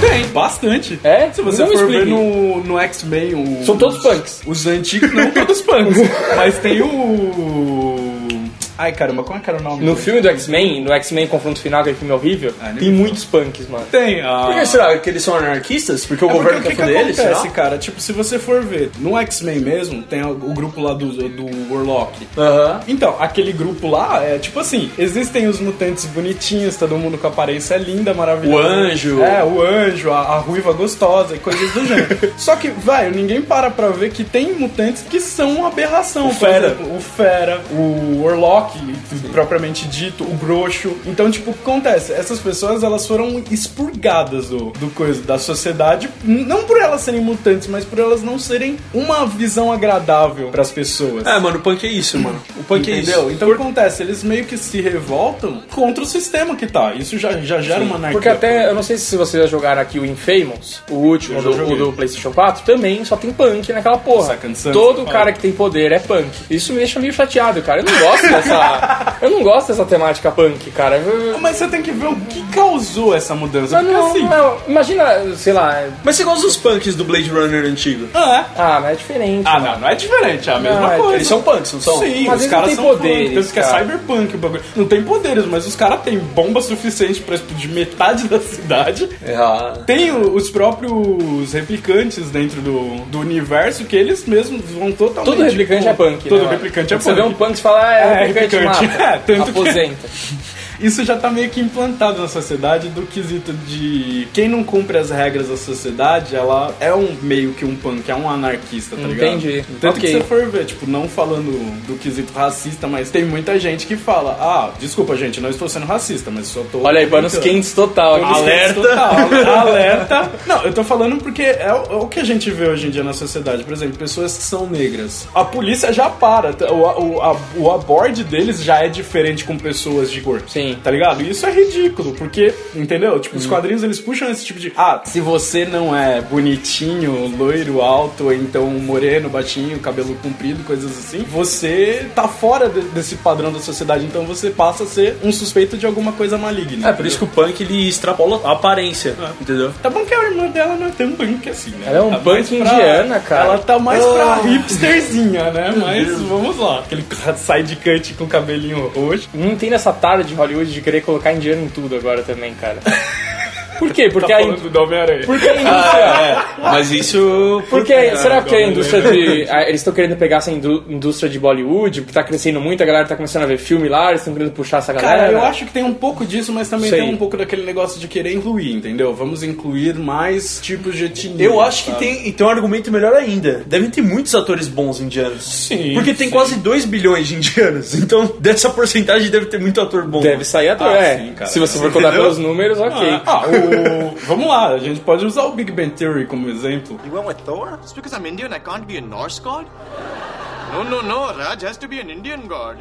[SPEAKER 3] Tem, bastante.
[SPEAKER 1] É?
[SPEAKER 3] Se você
[SPEAKER 1] Não
[SPEAKER 3] for ver
[SPEAKER 1] explique.
[SPEAKER 3] no, no X-Men, o-
[SPEAKER 1] São todos punks.
[SPEAKER 3] Os antigos não todos punks. mas tem o. Ai caramba, como é que era o nome?
[SPEAKER 1] No
[SPEAKER 3] dele?
[SPEAKER 1] filme do X-Men, no X-Men Confronto Final, aquele filme horrível,
[SPEAKER 3] Ah, nem
[SPEAKER 1] tem
[SPEAKER 3] me
[SPEAKER 1] muitos punks, mano.
[SPEAKER 3] Tem, ah, a.
[SPEAKER 2] Por que será que eles são anarquistas? Porque o
[SPEAKER 3] É porque
[SPEAKER 2] governo
[SPEAKER 3] o que,
[SPEAKER 2] quer
[SPEAKER 3] que
[SPEAKER 2] foder eles?
[SPEAKER 3] acontece,
[SPEAKER 2] será?
[SPEAKER 3] cara? Tipo, se você for ver, no X-Men mesmo, tem o o grupo lá do, do Warlock.
[SPEAKER 2] Aham.
[SPEAKER 3] Então, aquele grupo lá é tipo assim: existem os mutantes bonitinhos, todo mundo com aparência linda,
[SPEAKER 2] O
[SPEAKER 3] maravilhosa.
[SPEAKER 2] anjo.
[SPEAKER 3] É, o anjo, a, a ruiva gostosa e coisas do gênero. Só que, velho, ninguém para pra ver que tem mutantes que são uma aberração. O
[SPEAKER 2] fera.
[SPEAKER 3] o Fera, o Warlock, propriamente dito, o Groxo. Então, tipo, o que acontece? Essas pessoas, elas foram expurgadas do, do coisa, da sociedade, n- não por elas serem mutantes, mas por elas não serem uma visão agradável pras pessoas.
[SPEAKER 2] É, mano, o punk é isso, mano. O punk é
[SPEAKER 3] Entendeu?
[SPEAKER 2] isso.
[SPEAKER 3] Então o que acontece? Eles meio que se revoltam contra o sistema que tá. Isso já, já gera uma anarquia.
[SPEAKER 1] Porque até, eu não sei se vocês já jogaram aqui o Infamous, o último
[SPEAKER 3] Eu já
[SPEAKER 1] do,
[SPEAKER 3] joguei.
[SPEAKER 1] o do PlayStation 4, também só tem punk naquela porra.
[SPEAKER 3] Second Sun,
[SPEAKER 1] Todo
[SPEAKER 3] você fala.
[SPEAKER 1] cara que tem poder é punk. Isso me deixa meio chateado, cara. Eu não gosto dessa. eu não gosto dessa temática punk, cara. Eu-
[SPEAKER 3] Mas você tem que ver o que causou essa mudança.
[SPEAKER 2] Ah,
[SPEAKER 1] Mas
[SPEAKER 3] Porque
[SPEAKER 1] não,
[SPEAKER 3] assim.
[SPEAKER 2] é.
[SPEAKER 1] não, imagina, sei lá.
[SPEAKER 2] Mas você gosta dos punks do Blade Runner antigo?
[SPEAKER 3] Ah, é.
[SPEAKER 1] Ah, mas é diferente.
[SPEAKER 3] Ah, não, não é diferente, é a mesma
[SPEAKER 1] Não, é-
[SPEAKER 3] coisa.
[SPEAKER 2] Eles são punks, não são?
[SPEAKER 3] Sim,
[SPEAKER 1] Mas
[SPEAKER 3] os
[SPEAKER 1] eles
[SPEAKER 3] caras
[SPEAKER 1] não têm
[SPEAKER 3] são
[SPEAKER 1] poderes,
[SPEAKER 3] Punk, tanto que é
[SPEAKER 1] cara.
[SPEAKER 3] cyberpunk o bagulho. Não tem poderes, mas os caras têm bomba suficiente pra explodir metade da cidade.
[SPEAKER 2] É, Errado.
[SPEAKER 3] Tem o- os próprios replicantes dentro do, do universo que eles mesmos vão totalmente.
[SPEAKER 1] Todo replicante é punk.
[SPEAKER 3] Todo
[SPEAKER 1] né, mano?
[SPEAKER 3] replicante é
[SPEAKER 1] Você vê um
[SPEAKER 3] punk.
[SPEAKER 1] punk e fala, ah, é,
[SPEAKER 3] É,
[SPEAKER 1] replicante,
[SPEAKER 3] replicante.
[SPEAKER 1] mata.
[SPEAKER 3] É, tanto que-
[SPEAKER 1] aposenta.
[SPEAKER 3] isso já tá meio que implantado na sociedade do quesito de quem não cumpre as regras da sociedade, ela é um meio que um punk, é um anarquista, tá ligado?
[SPEAKER 1] Entendi.
[SPEAKER 3] Tanto
[SPEAKER 1] Ok.
[SPEAKER 3] que você for ver, tipo, não falando do quesito racista, mas tem muita gente que fala: "Ah, desculpa, gente, não estou sendo racista, mas só tô
[SPEAKER 1] Olha aí, panos quentes total. aqui.
[SPEAKER 3] Alerta! alerta! Não, eu tô falando porque é o, é o que a gente vê hoje em dia na sociedade. Por exemplo, pessoas que são negras. A polícia já para. tá? O, o, a- o aborde deles já é diferente com pessoas de cor.
[SPEAKER 1] Sim.
[SPEAKER 3] Tá ligado? E isso é ridículo, porque, entendeu? Tipo, os quadrinhos eles puxam esse tipo de. Ah, se você não é bonitinho, loiro, alto, ou então moreno, baixinho, cabelo comprido, coisas assim, você tá fora de- desse padrão da sociedade. Então você passa a ser um suspeito de alguma coisa maligna.
[SPEAKER 2] É, por isso que o punk ele extrapola a aparência, entendeu?
[SPEAKER 3] Tá bom que a irmã dela não é tão punk assim, né?
[SPEAKER 1] Ela é um
[SPEAKER 3] tá
[SPEAKER 1] punk
[SPEAKER 3] mais
[SPEAKER 1] indiana, cara.
[SPEAKER 3] Ela tá mais pra
[SPEAKER 1] Oh.
[SPEAKER 3] hipsterzinha, né? Mas vamos lá. Aquele side cut com cabelinho roxo. tá
[SPEAKER 1] Não tem nessa tarde de Hollywood de querer colocar indiano em tudo agora também, cara. Por quê? Porque
[SPEAKER 3] tá
[SPEAKER 1] a,
[SPEAKER 3] falando
[SPEAKER 1] in-
[SPEAKER 3] do Ah, é, Homem-Aranha.
[SPEAKER 1] porque a indústria.
[SPEAKER 2] Mas isso.
[SPEAKER 1] Porque, será que a
[SPEAKER 3] agora
[SPEAKER 1] indústria de. a- eles estão querendo pegar essa indú- indústria de Bollywood, porque tá crescendo muito, a galera tá começando a ver filme lá, eles estão querendo puxar essa galera.
[SPEAKER 3] Cara, eu acho que tem um pouco disso, mas também
[SPEAKER 1] Sei.
[SPEAKER 3] tem um pouco daquele negócio de querer incluir, entendeu? Vamos incluir mais tipos de etnia. tá?
[SPEAKER 2] Eu acho que
[SPEAKER 3] sabe?
[SPEAKER 2] tem, e tem um argumento melhor ainda. Devem ter muitos atores bons indianos.
[SPEAKER 3] Sim,
[SPEAKER 2] Porque tem
[SPEAKER 3] sim.
[SPEAKER 2] quase 2 bilhões de indianos. Então, dessa porcentagem deve ter muito ator bom.
[SPEAKER 1] Deve sair ator,
[SPEAKER 3] Ah,
[SPEAKER 1] é.
[SPEAKER 3] sim, cara.
[SPEAKER 1] Se você for contar
[SPEAKER 2] Entendeu?
[SPEAKER 1] pelos números, ok.
[SPEAKER 3] Ah, ah, o... Vamos lá, a gente pode usar o Big Bang Theory como exemplo.
[SPEAKER 7] You went with Thor? It's because I'm Indian, I can't be a Norse god? No, no, no, Raj has to be an Indian god.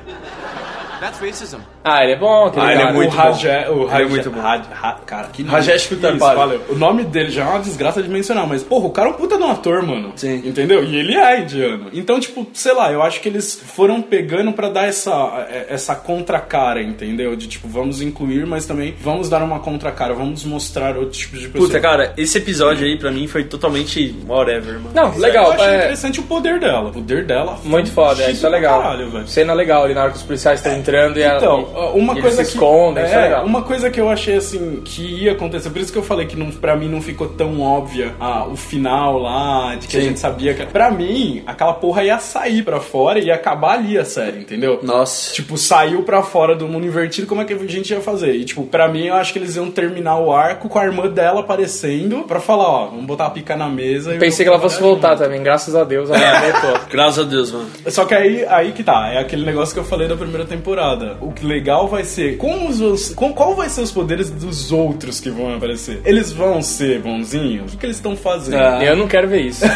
[SPEAKER 7] That's racism.
[SPEAKER 1] Ah, ele é bom, aquele
[SPEAKER 2] Ah, ele é
[SPEAKER 1] cara.
[SPEAKER 2] muito
[SPEAKER 3] o
[SPEAKER 2] bom.
[SPEAKER 3] Rajesh, o
[SPEAKER 2] Ele é
[SPEAKER 3] Raje,
[SPEAKER 2] muito bom.
[SPEAKER 3] Ra- Ra- cara, que nome.
[SPEAKER 2] Rajesh Kutar,
[SPEAKER 3] Isso,
[SPEAKER 2] para.
[SPEAKER 3] valeu. O nome dele já é uma desgraça de mencionar, mas porra, o cara é um puta de um ator, mano.
[SPEAKER 2] Sim.
[SPEAKER 3] Entendeu? E ele é indiano. Então, tipo, sei lá, eu acho que eles foram pegando pra dar essa é- essa contracara, entendeu? De tipo, vamos incluir, mas também vamos dar uma contracara, vamos mostrar outros tipos de pessoas.
[SPEAKER 2] Puta, é cara, esse episódio aí pra mim foi totalmente whatever, mano.
[SPEAKER 1] Não,
[SPEAKER 3] Eu
[SPEAKER 1] legal.
[SPEAKER 3] achei
[SPEAKER 1] é,
[SPEAKER 3] interessante o poder dela. O poder dela.
[SPEAKER 1] Muito foda, é, isso é
[SPEAKER 3] pra
[SPEAKER 1] legal.
[SPEAKER 3] Caralho, velho.
[SPEAKER 1] Cena legal ali na hora que os policiais estão entrando e ela,
[SPEAKER 3] Então, uma
[SPEAKER 1] e
[SPEAKER 3] coisa
[SPEAKER 1] eles se
[SPEAKER 3] que
[SPEAKER 1] escondem, isso é
[SPEAKER 3] é,
[SPEAKER 1] legal.
[SPEAKER 3] uma coisa que eu achei assim que ia acontecer, por isso que eu falei que não para mim não ficou tão óbvia ah, o final lá, de que a gente sabia que para mim aquela porra ia sair pra fora e ia acabar ali a série, entendeu?
[SPEAKER 2] Nossa.
[SPEAKER 3] Tipo, saiu pra fora do mundo invertido, como é que a gente ia fazer? E, tipo, pra mim, eu acho que eles iam terminar o arco com a irmã dela aparecendo pra falar, ó, vamos botar a pica na mesa. e
[SPEAKER 1] Pensei que ela fosse voltar também, graças a Deus ela voltou.
[SPEAKER 2] Graças a Deus, mano.
[SPEAKER 3] Só que aí, aí que tá, é aquele negócio que eu falei da primeira temporada. O que legal vai ser como os, os- com, qual vai ser os poderes dos outros que vão aparecer. Eles vão ser bonzinhos? O que, que eles estão fazendo?
[SPEAKER 2] Ah.
[SPEAKER 1] Eu não quero ver isso.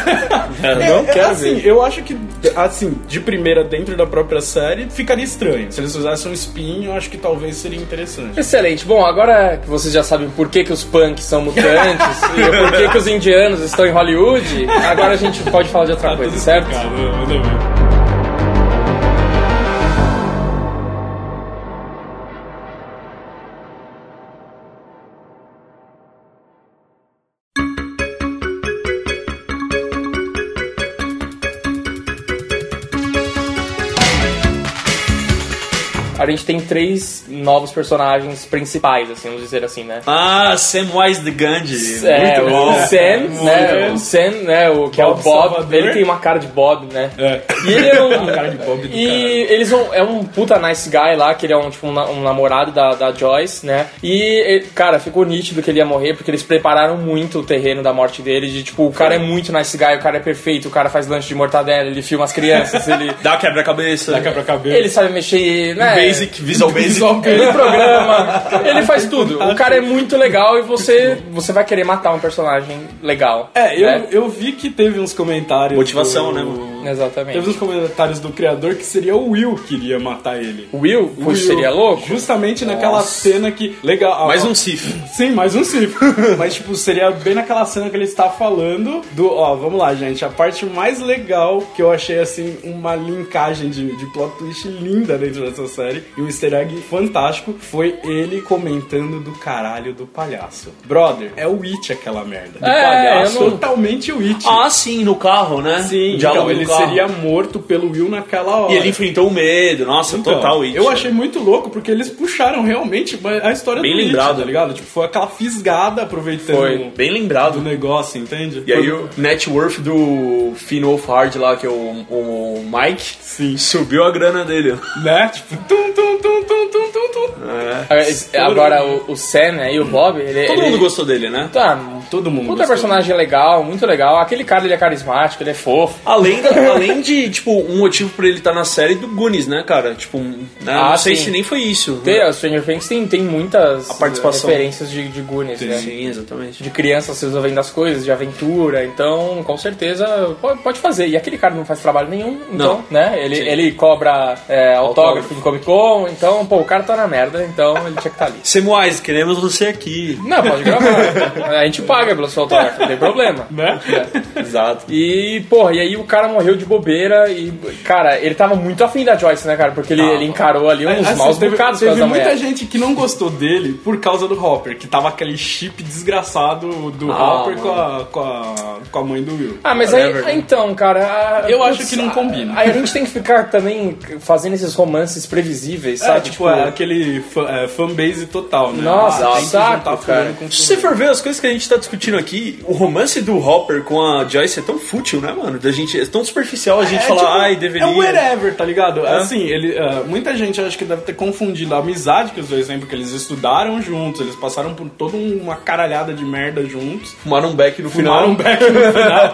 [SPEAKER 3] Eu
[SPEAKER 1] não quero
[SPEAKER 3] assim,
[SPEAKER 1] ver.
[SPEAKER 3] Eu acho que, assim, de primeira dentro da própria série, ficaria estranho. Se eles usassem um espinho, eu acho que talvez seria interessante.
[SPEAKER 1] Excelente. Bom, agora que vocês já sabem por que, que os punks são mutantes e por que, que os indianos estão em Hollywood, agora a gente pode falar de outra
[SPEAKER 3] Tá
[SPEAKER 1] coisa,
[SPEAKER 3] tudo
[SPEAKER 1] certo?
[SPEAKER 3] explicado, manda ver.
[SPEAKER 1] A gente tem três novos personagens principais, assim, vamos dizer assim, né?
[SPEAKER 2] Ah, Samwise the Gandhi.
[SPEAKER 1] É,
[SPEAKER 2] muito
[SPEAKER 1] o
[SPEAKER 2] bom.
[SPEAKER 1] Sam, né?
[SPEAKER 3] Muito bom.
[SPEAKER 1] O Sam, né? O que é o
[SPEAKER 3] Bob
[SPEAKER 1] Bob.
[SPEAKER 3] Salvador.
[SPEAKER 1] Ele tem uma cara de Bob, né?
[SPEAKER 3] É.
[SPEAKER 1] E ele é um.
[SPEAKER 3] Cara de Bob do
[SPEAKER 1] e
[SPEAKER 3] caralho.
[SPEAKER 1] eles vão. É um puta nice guy lá, que ele é um, tipo, um, na- um namorado da, da Joyce, né? E, ele- cara, ficou nítido que ele ia morrer, porque eles prepararam muito o terreno da morte dele. De tipo, o cara é muito nice guy, o cara é perfeito, o cara faz lanche de mortadela, ele filma as crianças, ele.
[SPEAKER 2] Dá quebra-cabeça.
[SPEAKER 3] Dá quebra-cabeça.
[SPEAKER 1] Ele sabe mexer, né?
[SPEAKER 2] Basic, Visual Basic.
[SPEAKER 1] Ele programa, ele faz tudo. O cara é muito legal e você, você vai querer matar um personagem legal.
[SPEAKER 3] É, eu,
[SPEAKER 1] né?
[SPEAKER 3] eu vi que teve uns comentários.
[SPEAKER 2] Motivação,
[SPEAKER 3] do-
[SPEAKER 2] né, mano?
[SPEAKER 1] Exatamente.
[SPEAKER 3] Teve uns comentários do criador que seria o Will que iria matar ele.
[SPEAKER 1] O Will, puxa,
[SPEAKER 3] Will,
[SPEAKER 1] seria louco?
[SPEAKER 3] Justamente naquela cena que. Legal.
[SPEAKER 2] Mais
[SPEAKER 3] ó,
[SPEAKER 2] um Sif.
[SPEAKER 3] Sim, mais um sim. Mas, tipo, seria bem naquela cena que ele está falando do. Ó, vamos lá, gente. A parte mais legal que eu achei, assim, uma linkagem de, de plot twist linda dentro dessa série e um easter egg fantástico foi ele comentando do caralho do palhaço. Brother, é o It aquela merda. Do
[SPEAKER 1] É,
[SPEAKER 3] palhaço,
[SPEAKER 1] eu não-
[SPEAKER 3] totalmente o It.
[SPEAKER 2] Ah, sim, no carro, né?
[SPEAKER 3] Sim,
[SPEAKER 2] Diálogo
[SPEAKER 3] então, eles
[SPEAKER 2] bizarro.
[SPEAKER 3] seria morto pelo Will naquela hora.
[SPEAKER 2] E ele enfrentou o medo, nossa,
[SPEAKER 3] Então,
[SPEAKER 2] total né? isso.
[SPEAKER 3] Eu achei muito louco porque eles puxaram realmente a história
[SPEAKER 2] Bem
[SPEAKER 3] do It,
[SPEAKER 2] lembrado.
[SPEAKER 3] tá ligado? Tipo, foi aquela fisgada aproveitando
[SPEAKER 2] Foi, bem
[SPEAKER 3] do
[SPEAKER 2] lembrado.
[SPEAKER 3] negócio, entende?
[SPEAKER 2] E aí o net worth do Finn Wolfhard lá, que é o, o Mike,
[SPEAKER 3] Sim.
[SPEAKER 2] subiu a grana dele.
[SPEAKER 3] Né? Tipo, tum, tum, tum, tum, tum, tum, tum.
[SPEAKER 1] É. Ah, Agora o, o Sam aí, o Bob, ele.
[SPEAKER 2] Todo
[SPEAKER 1] ele-
[SPEAKER 2] mundo gostou dele, né?
[SPEAKER 1] Tá,
[SPEAKER 3] Todo mundo
[SPEAKER 1] puta
[SPEAKER 3] gostou.
[SPEAKER 1] personagem legal, muito legal. Aquele cara ele é carismático, ele é fofo.
[SPEAKER 2] Além, da- além de, tipo, um motivo pra ele estar na série do Goonies, né, cara? Tipo, um- né,
[SPEAKER 1] Ah,
[SPEAKER 2] não sei
[SPEAKER 1] sim.
[SPEAKER 2] se nem foi isso.
[SPEAKER 1] Tem,
[SPEAKER 2] né?
[SPEAKER 1] o Stranger Things tem, tem muitas
[SPEAKER 2] A participação.
[SPEAKER 1] referências de, de Goonies, né?
[SPEAKER 2] Sim, exatamente.
[SPEAKER 1] De crianças se resolvendo as coisas, de aventura, então com certeza pode, pode fazer. E aquele cara não faz trabalho nenhum, então,
[SPEAKER 2] Não.
[SPEAKER 1] né? Ele,
[SPEAKER 2] Sim.
[SPEAKER 1] ele cobra é, autógrafo
[SPEAKER 2] Autógrafo.
[SPEAKER 1] em Comic Con, então, pô, o cara tá na merda, então ele tinha que estar ali.
[SPEAKER 2] Samwise, queremos você aqui.
[SPEAKER 1] Não, pode gravar. A gente paga pelo seu autógrafo, não tem problema.
[SPEAKER 3] Né?
[SPEAKER 2] Exato.
[SPEAKER 1] E, porra, e aí o cara morreu de bobeira e, cara, ele tava muito afim da Joyce, né, cara? Porque ele, ele encarou ali uns
[SPEAKER 3] Assim,
[SPEAKER 1] maus
[SPEAKER 3] teve,
[SPEAKER 1] bocados com
[SPEAKER 3] teve
[SPEAKER 1] essa
[SPEAKER 3] muita
[SPEAKER 1] mulher.
[SPEAKER 3] gente que não gostou dele por causa do Hopper, que tava aquele chip desgraçado do
[SPEAKER 2] Ah,
[SPEAKER 3] Hopper com a, com, a, com a mãe do Will.
[SPEAKER 1] Ah, mas aí, aí então, cara... a-
[SPEAKER 3] Eu acho que não combina.
[SPEAKER 1] Aí a gente tem que ficar também fazendo esses romances previsíveis,
[SPEAKER 3] É,
[SPEAKER 1] sabe?
[SPEAKER 3] tipo, é aquele fã- é, fanbase total, né?
[SPEAKER 1] Nossa,
[SPEAKER 3] tem que
[SPEAKER 1] saco,
[SPEAKER 3] juntar fulano
[SPEAKER 1] cara.
[SPEAKER 3] com
[SPEAKER 2] Se você
[SPEAKER 3] fulano.
[SPEAKER 2] for ver as coisas que a gente tá discutindo aqui, o romance do Hopper com a Joyce é tão fútil, né, mano? Da gente, é tão superficial a gente
[SPEAKER 3] É,
[SPEAKER 2] falar,
[SPEAKER 3] tipo,
[SPEAKER 2] ai, deveria.
[SPEAKER 3] É whatever, tá ligado?
[SPEAKER 1] É.
[SPEAKER 3] Assim, ele, ah, muita gente acho que deve ter confundido a amizade que os dois têm, porque eles estudaram juntos, eles passaram por toda uma caralhada de merda juntos.
[SPEAKER 2] Fumaram um beck no
[SPEAKER 3] Fumaram um
[SPEAKER 2] final.
[SPEAKER 3] beck no final.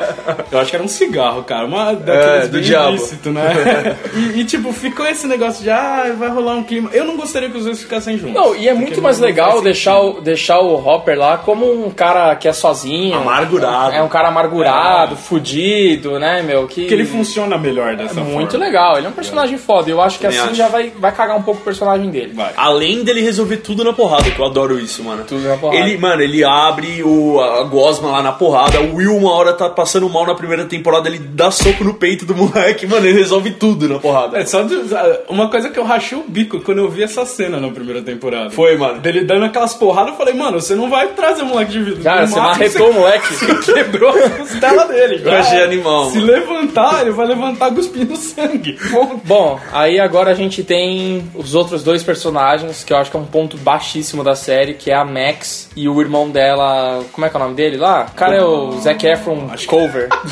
[SPEAKER 3] Eu acho que era um cigarro, cara. Uma daqueles
[SPEAKER 2] É, do
[SPEAKER 3] bem
[SPEAKER 2] diabo.
[SPEAKER 3] ilícito, né? E, e, tipo, ficou esse negócio de, ah, vai rolar um clima. Eu não gostaria que os dois ficassem juntos.
[SPEAKER 1] Não, e é muito
[SPEAKER 3] Porque
[SPEAKER 1] mais
[SPEAKER 3] não- não
[SPEAKER 1] legal
[SPEAKER 3] faz
[SPEAKER 1] deixar o, deixar o Hopper lá como um cara que é sozinho.
[SPEAKER 2] Amargurado.
[SPEAKER 1] É um cara amargurado, fudido, né, meu? Que,
[SPEAKER 3] Porque ele funciona melhor dessa forma.
[SPEAKER 1] Muito legal, ele é um personagem foda. Eu acho que
[SPEAKER 2] Também
[SPEAKER 1] assim
[SPEAKER 2] acho.
[SPEAKER 1] já vai, vai cagar um pouco o personagem dele.
[SPEAKER 3] Vai.
[SPEAKER 2] Além dele resolver tudo na porrada, que eu adoro isso, mano.
[SPEAKER 1] Tudo na porrada.
[SPEAKER 2] Ele, mano, ele abre o, a gosma lá na porrada. O Will, uma hora, tá passando mal na primeira temporada. Ele dá soco no peito do moleque. Mano, ele resolve tudo na porrada.
[SPEAKER 3] É só de- uma coisa que eu rachei o bico quando eu vi essa cena na primeira temporada.
[SPEAKER 2] Foi, mano.
[SPEAKER 3] Dele dando aquelas porradas, eu falei, mano, você não vai trazer o moleque de vida.
[SPEAKER 1] Cara,
[SPEAKER 3] Eu
[SPEAKER 1] você
[SPEAKER 3] mato,
[SPEAKER 1] marretou o moleque.
[SPEAKER 3] Você quebrou a costela dele.
[SPEAKER 2] Eu achei animal,
[SPEAKER 3] é, Se
[SPEAKER 2] mano.
[SPEAKER 3] levantar, ele vai levantar cuspindo sangue. Bom,
[SPEAKER 1] Bom, aí agora a gente tem os outros dois personagens, que eu acho que é um ponto baixíssimo da série, que é a Max e o irmão dela. Como é que é o nome dele lá? O cara é o Zac Efron
[SPEAKER 3] é.
[SPEAKER 1] Cover.
[SPEAKER 3] Eu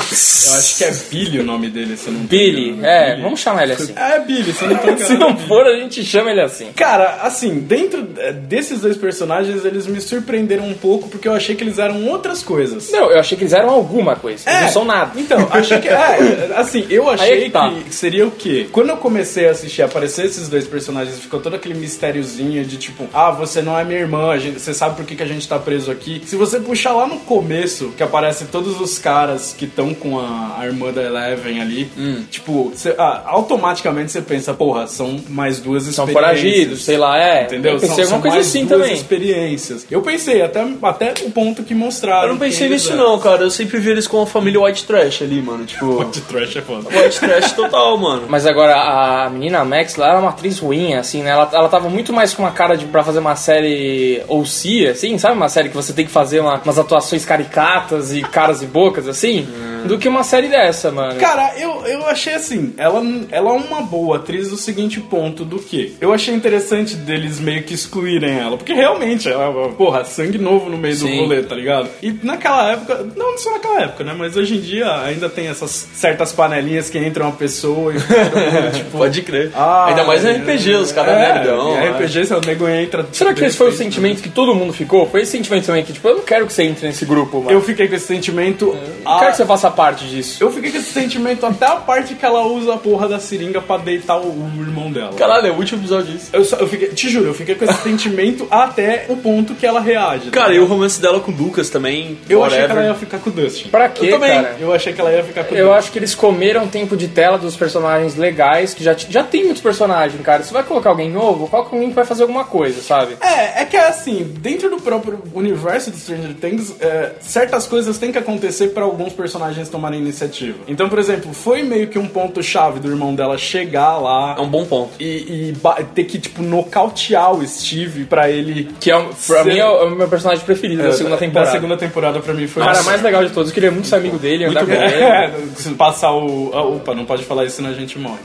[SPEAKER 3] acho que é Billy o nome dele, se eu não tô
[SPEAKER 1] Billy,
[SPEAKER 3] enganado.
[SPEAKER 1] é, um vamos chamar ele assim.
[SPEAKER 3] É Billy, se eu não tô
[SPEAKER 1] Se
[SPEAKER 3] enganado.
[SPEAKER 1] não for, a gente chama ele assim.
[SPEAKER 3] Cara, assim, dentro eh, desses dois personagens, eles me surpreenderam um pouco porque eu achei que eles eram outras coisas.
[SPEAKER 1] Não, eu achei que eles eram alguma coisa. Eles não são nada.
[SPEAKER 3] Então, achei que. É, assim, eu
[SPEAKER 1] Aí
[SPEAKER 3] achei
[SPEAKER 1] é que tá.
[SPEAKER 3] que seria o quê? Quando eu comecei a assistir, aparecer esses dois personagens, ficou todo aquele mistériozinho de tipo, ah, você não é minha irmã, a gente- você sabe por que, que a gente tá preso aqui. Se você puxar lá no começo, que aparece todos os caras que estão com a, a irmã da Eleven ali,
[SPEAKER 1] Hum.
[SPEAKER 3] tipo, você- ah, automaticamente você pensa, porra, são mais duas
[SPEAKER 1] São
[SPEAKER 3] experiências.
[SPEAKER 1] foragidos, sei lá, é.
[SPEAKER 3] Entendeu?
[SPEAKER 1] Eu pensei alguma
[SPEAKER 3] são, são
[SPEAKER 1] coisa
[SPEAKER 3] mais
[SPEAKER 1] assim
[SPEAKER 3] duas
[SPEAKER 1] também.
[SPEAKER 3] experiências. Eu pensei, até, até o ponto que mostraram.
[SPEAKER 2] Eu não pensei
[SPEAKER 3] quem eles
[SPEAKER 2] nisso,
[SPEAKER 3] eram.
[SPEAKER 2] não, cara. Eu sempre vi eles com a família white trash ali, mano. Tipo,
[SPEAKER 3] De trash é foda.
[SPEAKER 2] white trash total, mano.
[SPEAKER 1] Mas agora, a menina Max, lá era uma atriz ruim, assim, né? Ela, ela tava muito mais com uma cara de pra fazer uma série OC, assim, sabe? Uma série que você tem que fazer uma- umas atuações caricatas e caras e bocas, assim, do que uma série dessa, mano.
[SPEAKER 3] Cara, eu, eu achei assim, ela, ela é uma boa atriz do seguinte ponto do que? Eu achei interessante deles meio que excluírem ela, porque realmente ela, porra, sangue novo no meio do rolê, tá ligado? E naquela época, não só naquela época, né? Mas hoje em dia ainda tem essas certas panelinhas que entra uma pessoa e
[SPEAKER 2] Pode crer.
[SPEAKER 3] É, Ah,
[SPEAKER 2] Ainda mais no
[SPEAKER 3] é,
[SPEAKER 2] RPG, os caras
[SPEAKER 3] É,
[SPEAKER 2] nerdão.
[SPEAKER 3] e
[SPEAKER 2] né?
[SPEAKER 3] RPG, se o nego entra.
[SPEAKER 1] Será que
[SPEAKER 3] de
[SPEAKER 1] esse foi o
[SPEAKER 3] repente,
[SPEAKER 1] sentimento que todo mundo ficou? Foi esse sentimento também que, tipo, eu não quero que você entre nesse grupo, mano.
[SPEAKER 3] Eu Ah. fiquei com esse sentimento.
[SPEAKER 1] não
[SPEAKER 3] a-
[SPEAKER 1] quero que É. você faça parte disso.
[SPEAKER 3] Eu fiquei com esse sentimento até a parte que ela usa a porra da seringa pra deitar o, o irmão dela.
[SPEAKER 2] Caralho, é o último episódio disso.
[SPEAKER 3] Eu, só- eu fiquei, te juro, eu fiquei com esse sentimento até o ponto que ela reage. tá
[SPEAKER 2] Cara, e o
[SPEAKER 3] ligado?
[SPEAKER 2] romance dela com o Lucas também.
[SPEAKER 3] eu achei
[SPEAKER 2] whatever.
[SPEAKER 3] que ela ia ficar com o Dustin.
[SPEAKER 1] Pra quê,
[SPEAKER 3] eu também.
[SPEAKER 1] cara?
[SPEAKER 3] Eu achei que ela ia ficar com o
[SPEAKER 1] Eu
[SPEAKER 3] Dustin.
[SPEAKER 1] acho que eles comeram tempo de tela dos personagens legais, que já, t- já tem muitos personagens, cara. Você vai colocar alguém novo, coloca alguém que vai fazer alguma coisa, sabe?
[SPEAKER 3] É, é que é assim, dentro do próprio universo do Stranger Things, é, certas coisas têm que acontecer pra alguns personagens tomarem iniciativa. Então, por exemplo, foi meio que um ponto-chave do irmão dela chegar lá
[SPEAKER 2] É um bom ponto.
[SPEAKER 3] e, e ba- ter que, tipo, nocautear o Steve pra ele
[SPEAKER 1] Que é, um- pra
[SPEAKER 3] Sim.
[SPEAKER 1] mim é o, é o meu personagem preferido da segunda
[SPEAKER 3] da- da
[SPEAKER 1] temporada.
[SPEAKER 3] da segunda temporada pra mim foi
[SPEAKER 1] O cara
[SPEAKER 3] Nossa.
[SPEAKER 1] mais legal de todos, eu queria muito ser amigo dele, andar com ele.
[SPEAKER 3] É, se passar o. Ah, opa, não pode falar isso, senão a gente morre.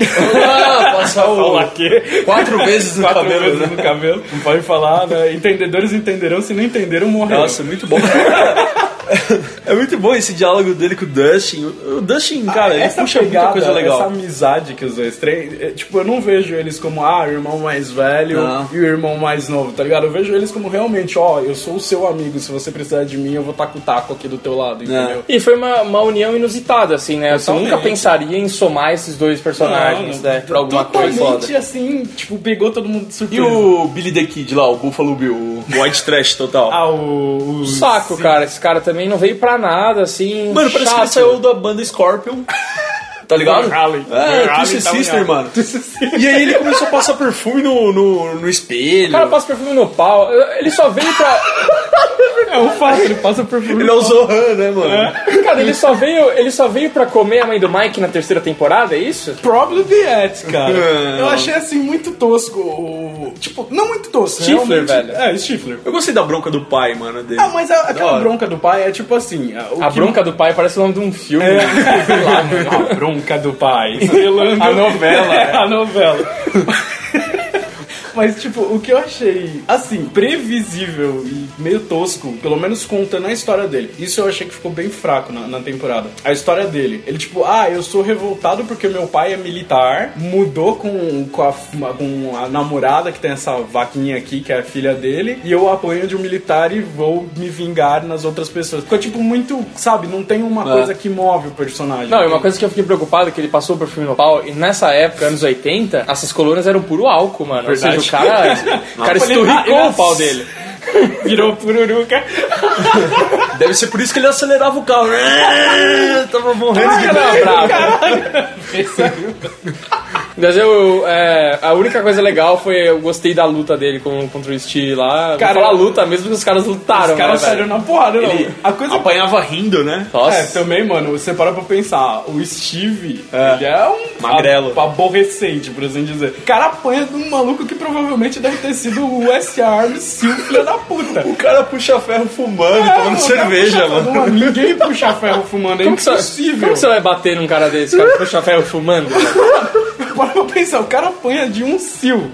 [SPEAKER 2] Passar o
[SPEAKER 3] Falar quê?
[SPEAKER 2] quatro vezes no
[SPEAKER 3] Quatro
[SPEAKER 2] cabelo,
[SPEAKER 3] vezes
[SPEAKER 2] né?
[SPEAKER 3] no cabelo. Não pode falar, né? Entendedores entenderão, se não entenderam, morreram.
[SPEAKER 2] Nossa, muito bom. é muito bom esse diálogo dele com o Dustin. O o Dustin, cara, ele
[SPEAKER 3] Ah, essa
[SPEAKER 2] puxa
[SPEAKER 3] pegada,
[SPEAKER 2] muita coisa legal.
[SPEAKER 3] Essa amizade que os dois têm, é, tipo, eu não vejo eles como, ah, o irmão mais velho
[SPEAKER 2] Não.
[SPEAKER 3] e o irmão mais novo, tá ligado? Eu vejo eles como realmente, ó, eu sou o seu amigo, se você precisar de mim, eu vou estar com o taco aqui do teu lado, entendeu?
[SPEAKER 1] E foi uma, uma união inusitada, assim, né? Você
[SPEAKER 3] Totalmente.
[SPEAKER 1] nunca pensaria em somar esses dois personagens, né? Pra alguma coisa
[SPEAKER 3] Totalmente
[SPEAKER 1] foda.
[SPEAKER 3] assim, tipo, pegou todo mundo de
[SPEAKER 2] E
[SPEAKER 3] surpresa.
[SPEAKER 2] o Billy the Kid lá, o Buffalo Bill, o White Trash total.
[SPEAKER 3] Ah, o... o-
[SPEAKER 1] Saco, cara. Esse cara também não veio pra nada, assim.
[SPEAKER 2] Mano, parece que ele
[SPEAKER 1] chato.
[SPEAKER 2] saiu da banda Scorpion. Tá ligado?
[SPEAKER 3] Van Halen.
[SPEAKER 2] É,
[SPEAKER 3] Van
[SPEAKER 2] Twisted
[SPEAKER 3] Halen tá
[SPEAKER 2] Sister,
[SPEAKER 3] ligado.
[SPEAKER 2] mano. E aí ele começou a passar perfume no, no, no espelho.
[SPEAKER 1] O cara passa perfume no pau. Ele só veio pra.
[SPEAKER 3] É um fato, ele passa por...
[SPEAKER 2] Ele é o Zohan, né, mano?
[SPEAKER 3] É.
[SPEAKER 1] Cara, ele só veio, ele só veio pra comer a mãe do Mike na terceira temporada, é isso?
[SPEAKER 3] Probably the At, cara.
[SPEAKER 1] É.
[SPEAKER 2] Não.
[SPEAKER 3] Eu achei, assim, muito tosco. o- Tipo, não muito tosco.
[SPEAKER 1] Stifler,
[SPEAKER 3] realmente.
[SPEAKER 1] velho.
[SPEAKER 3] É, Stifler.
[SPEAKER 2] Eu gostei da bronca do pai, mano, dele.
[SPEAKER 3] Ah, mas a- aquela
[SPEAKER 2] hora.
[SPEAKER 3] bronca do pai é tipo assim... o
[SPEAKER 1] A
[SPEAKER 3] que- É.
[SPEAKER 1] bronca do pai parece o nome de um filme. Sei lá, mano.
[SPEAKER 3] A bronca do pai. Zelândia.
[SPEAKER 1] A novela, é.
[SPEAKER 3] a novela. Mas, tipo, o que eu achei, assim, previsível e meio tosco, pelo menos contando a história dele, isso eu achei que ficou bem fraco na, na temporada. A história dele. Ele, tipo, ah, eu sou revoltado porque meu pai é militar, mudou com, com, a, f- com a namorada que tem essa vaquinha aqui, que é a filha dele, e eu apanho de um militar e vou me vingar nas outras pessoas. Ficou, tipo, muito, sabe, não tem uma coisa que move o personagem.
[SPEAKER 1] Não, e uma coisa que eu fiquei preocupado é que ele passou o perfume no pau, e nessa época, anos 80, essas colunas eram puro álcool, mano. Ou seja, o cara, o cara esturricou o pau dele.
[SPEAKER 3] Virou pururuca.
[SPEAKER 2] Deve ser por isso que ele acelerava o carro. né? Tava morrendo de
[SPEAKER 1] Ele era bravo. Mas eu, é, a única coisa legal foi eu gostei da luta dele com, contra o Steve lá.
[SPEAKER 3] Cara,
[SPEAKER 1] Cara, a luta mesmo que os caras lutaram,
[SPEAKER 3] Os caras
[SPEAKER 1] né, velho?
[SPEAKER 3] saíram na porrada, não.
[SPEAKER 2] Ele
[SPEAKER 3] A coisa
[SPEAKER 2] apanhava rindo, né?
[SPEAKER 1] Nossa.
[SPEAKER 3] É, também, mano, você para pra pensar, o Steve, ele é um
[SPEAKER 2] Magrelo.
[SPEAKER 3] ab- aborrecente, por assim dizer. O cara apanha de um maluco que provavelmente deve ter sido o S. Arms, filho da puta.
[SPEAKER 2] O cara puxa ferro fumando,
[SPEAKER 3] É,
[SPEAKER 2] tomando
[SPEAKER 3] o cara
[SPEAKER 2] cerveja,
[SPEAKER 3] puxa-
[SPEAKER 2] mano.
[SPEAKER 3] Não, ninguém puxa ferro fumando, é
[SPEAKER 1] Como que, você,
[SPEAKER 3] impossível.
[SPEAKER 1] como que você vai bater num cara desse, cara, puxa ferro fumando?
[SPEAKER 3] Para pra pensar, o cara apanha de um sil.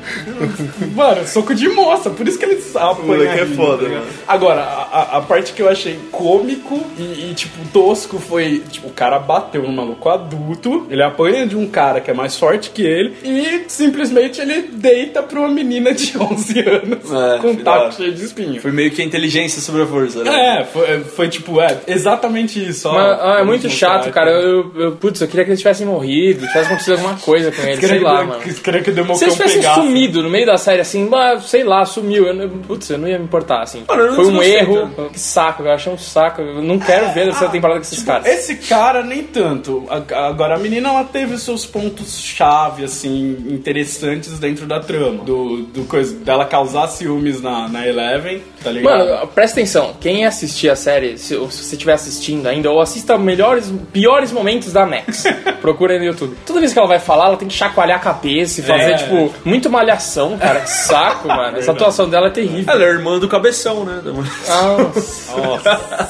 [SPEAKER 3] mano, soco de moça, por isso que ele apanha.
[SPEAKER 2] moleque é
[SPEAKER 3] rindo,
[SPEAKER 2] foda,
[SPEAKER 3] tá ligado?
[SPEAKER 2] mano.
[SPEAKER 3] Agora, a, a- a parte que eu achei cômico e, e, tipo, tosco foi, tipo, o cara bateu no maluco adulto, ele apanha de um cara que é mais forte que ele e simplesmente ele deita pra uma menina de 11 anos
[SPEAKER 2] É,
[SPEAKER 3] com um
[SPEAKER 2] filha.
[SPEAKER 3] taco cheio de espinho.
[SPEAKER 2] Foi meio que a inteligência sobre a força, né?
[SPEAKER 3] É, foi, foi, tipo, é, exatamente isso. ó. um
[SPEAKER 1] Mas, ah, é muito
[SPEAKER 3] Vamos
[SPEAKER 1] chato,
[SPEAKER 3] mostrar
[SPEAKER 1] cara.
[SPEAKER 3] aqui.
[SPEAKER 1] Eu, eu- putz, eu queria que eles tivessem morrido, tivesse acontecido alguma coisa com eles,
[SPEAKER 3] Queria
[SPEAKER 1] sei
[SPEAKER 3] que
[SPEAKER 1] lá,
[SPEAKER 3] o-
[SPEAKER 1] mano.
[SPEAKER 3] queria que o Democão
[SPEAKER 1] Se eles tivessem
[SPEAKER 3] um pegasse.
[SPEAKER 1] sumido no meio da série, assim, bah, sei lá, sumiu, eu, não- putz, eu não ia me importar, assim.
[SPEAKER 2] Mano, eu não
[SPEAKER 1] Foi um
[SPEAKER 2] desgostei,
[SPEAKER 1] erro, que saco, eu achei um saco, eu não quero ver essa temporada com esses caras.
[SPEAKER 3] tipo, Esse cara, nem tanto. A- Agora, a menina, ela teve os seus pontos-chave, assim, interessantes dentro da trama. Do, do coisa, dela causar ciúmes na, na Eleven, tá ligado?
[SPEAKER 1] Mano, presta atenção, quem assistir a série, se, ou se você estiver assistindo ainda, ou assista melhores, piores momentos da Max. Procura aí no YouTube. Toda vez que ela vai falar, ela tem que chacoalhar a cabeça e fazer,
[SPEAKER 3] É.
[SPEAKER 1] tipo, muito malhação, cara. Que saco, mano. Essa atuação dela é terrível.
[SPEAKER 2] Ela é irmã do cabeção, né?
[SPEAKER 1] Nossa.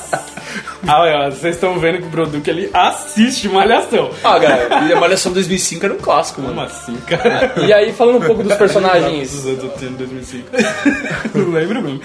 [SPEAKER 3] Ah, olha, vocês estão vendo que o Broduc, ele assiste Malhação.
[SPEAKER 2] Ah, cara, e a Malhação 2005 era um clássico, mano.
[SPEAKER 3] Como assim,
[SPEAKER 1] É
[SPEAKER 3] cara?
[SPEAKER 1] E aí, falando um pouco dos personagens.
[SPEAKER 3] Dos anos 80, 2005. Não lembro mesmo.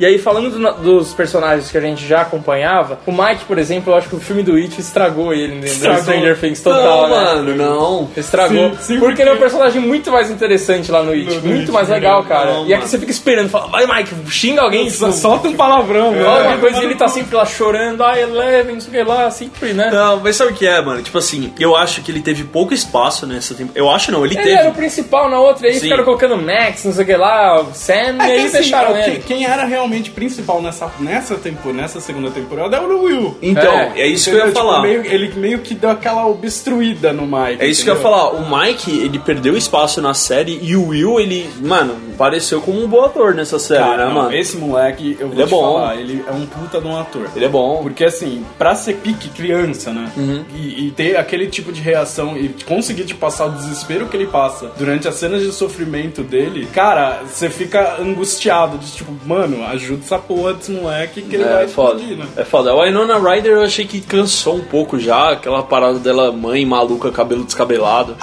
[SPEAKER 1] E aí, falando do- dos personagens que a gente já acompanhava, o Mike, por exemplo, eu acho que o filme do It estragou ele né, do
[SPEAKER 3] Estragou.
[SPEAKER 1] Stranger Things
[SPEAKER 2] Não,
[SPEAKER 1] total, né?
[SPEAKER 2] mano, não.
[SPEAKER 1] Estragou.
[SPEAKER 3] Sim, sim,
[SPEAKER 1] porque
[SPEAKER 3] porque-
[SPEAKER 1] ele é um personagem muito mais interessante lá no It.
[SPEAKER 3] No- no
[SPEAKER 1] muito
[SPEAKER 3] It, né?
[SPEAKER 1] mais legal, cara.
[SPEAKER 2] Não,
[SPEAKER 1] e aqui
[SPEAKER 2] mano.
[SPEAKER 1] você fica esperando, fala, vai Mike, xinga alguém.
[SPEAKER 3] Só-
[SPEAKER 1] tipo,
[SPEAKER 3] Solta um palavrão, né?
[SPEAKER 1] fala alguma coisa e ele tá sempre lá chorando, ah, Eleven, não sei o que lá, sempre, né?
[SPEAKER 2] Não, mas sabe o que é, mano? Tipo assim, eu acho que ele teve pouco espaço nessa temporada. Eu acho não, ele,
[SPEAKER 1] Ele
[SPEAKER 2] teve.
[SPEAKER 1] era o principal na outra, aí
[SPEAKER 2] Sim.
[SPEAKER 1] ficaram colocando Max, não sei o que lá, Sam,
[SPEAKER 3] É
[SPEAKER 1] e
[SPEAKER 3] que,
[SPEAKER 1] aí
[SPEAKER 3] assim,
[SPEAKER 1] deixaram
[SPEAKER 3] é, que-
[SPEAKER 2] né?
[SPEAKER 1] ele.
[SPEAKER 3] Quem era realmente principal nessa, nessa, tempo, nessa segunda temporada era o Will.
[SPEAKER 2] Então,
[SPEAKER 1] É,
[SPEAKER 2] é, isso que eu ia
[SPEAKER 3] Entendeu? Tipo,
[SPEAKER 2] falar.
[SPEAKER 3] meio- ele meio que deu aquela obstruída no Mike.
[SPEAKER 2] É isso que eu ia
[SPEAKER 3] entendeu?
[SPEAKER 2] falar. O Mike, ele perdeu espaço na série e o Will, ele. Mano, pareceu como um bom ator nessa série,
[SPEAKER 3] Cara,
[SPEAKER 2] né,
[SPEAKER 3] não,
[SPEAKER 2] mano?
[SPEAKER 3] esse moleque, eu vou
[SPEAKER 2] Ele é
[SPEAKER 3] te
[SPEAKER 2] bom.
[SPEAKER 3] falar, ele é um puta de um ator.
[SPEAKER 2] Ele é bom.
[SPEAKER 3] Porque assim, pra ser pique criança, né?
[SPEAKER 2] Uhum.
[SPEAKER 3] E, e ter aquele tipo de reação e conseguir te passar o desespero que ele passa durante as cenas de sofrimento dele, cara, você fica angustiado de tipo, mano, ajuda essa porra desse moleque que ele vai
[SPEAKER 2] É foda.
[SPEAKER 3] explodir, né?
[SPEAKER 2] É foda. A Winona Ryder eu achei que cansou um pouco já, aquela parada dela mãe maluca, cabelo descabelado.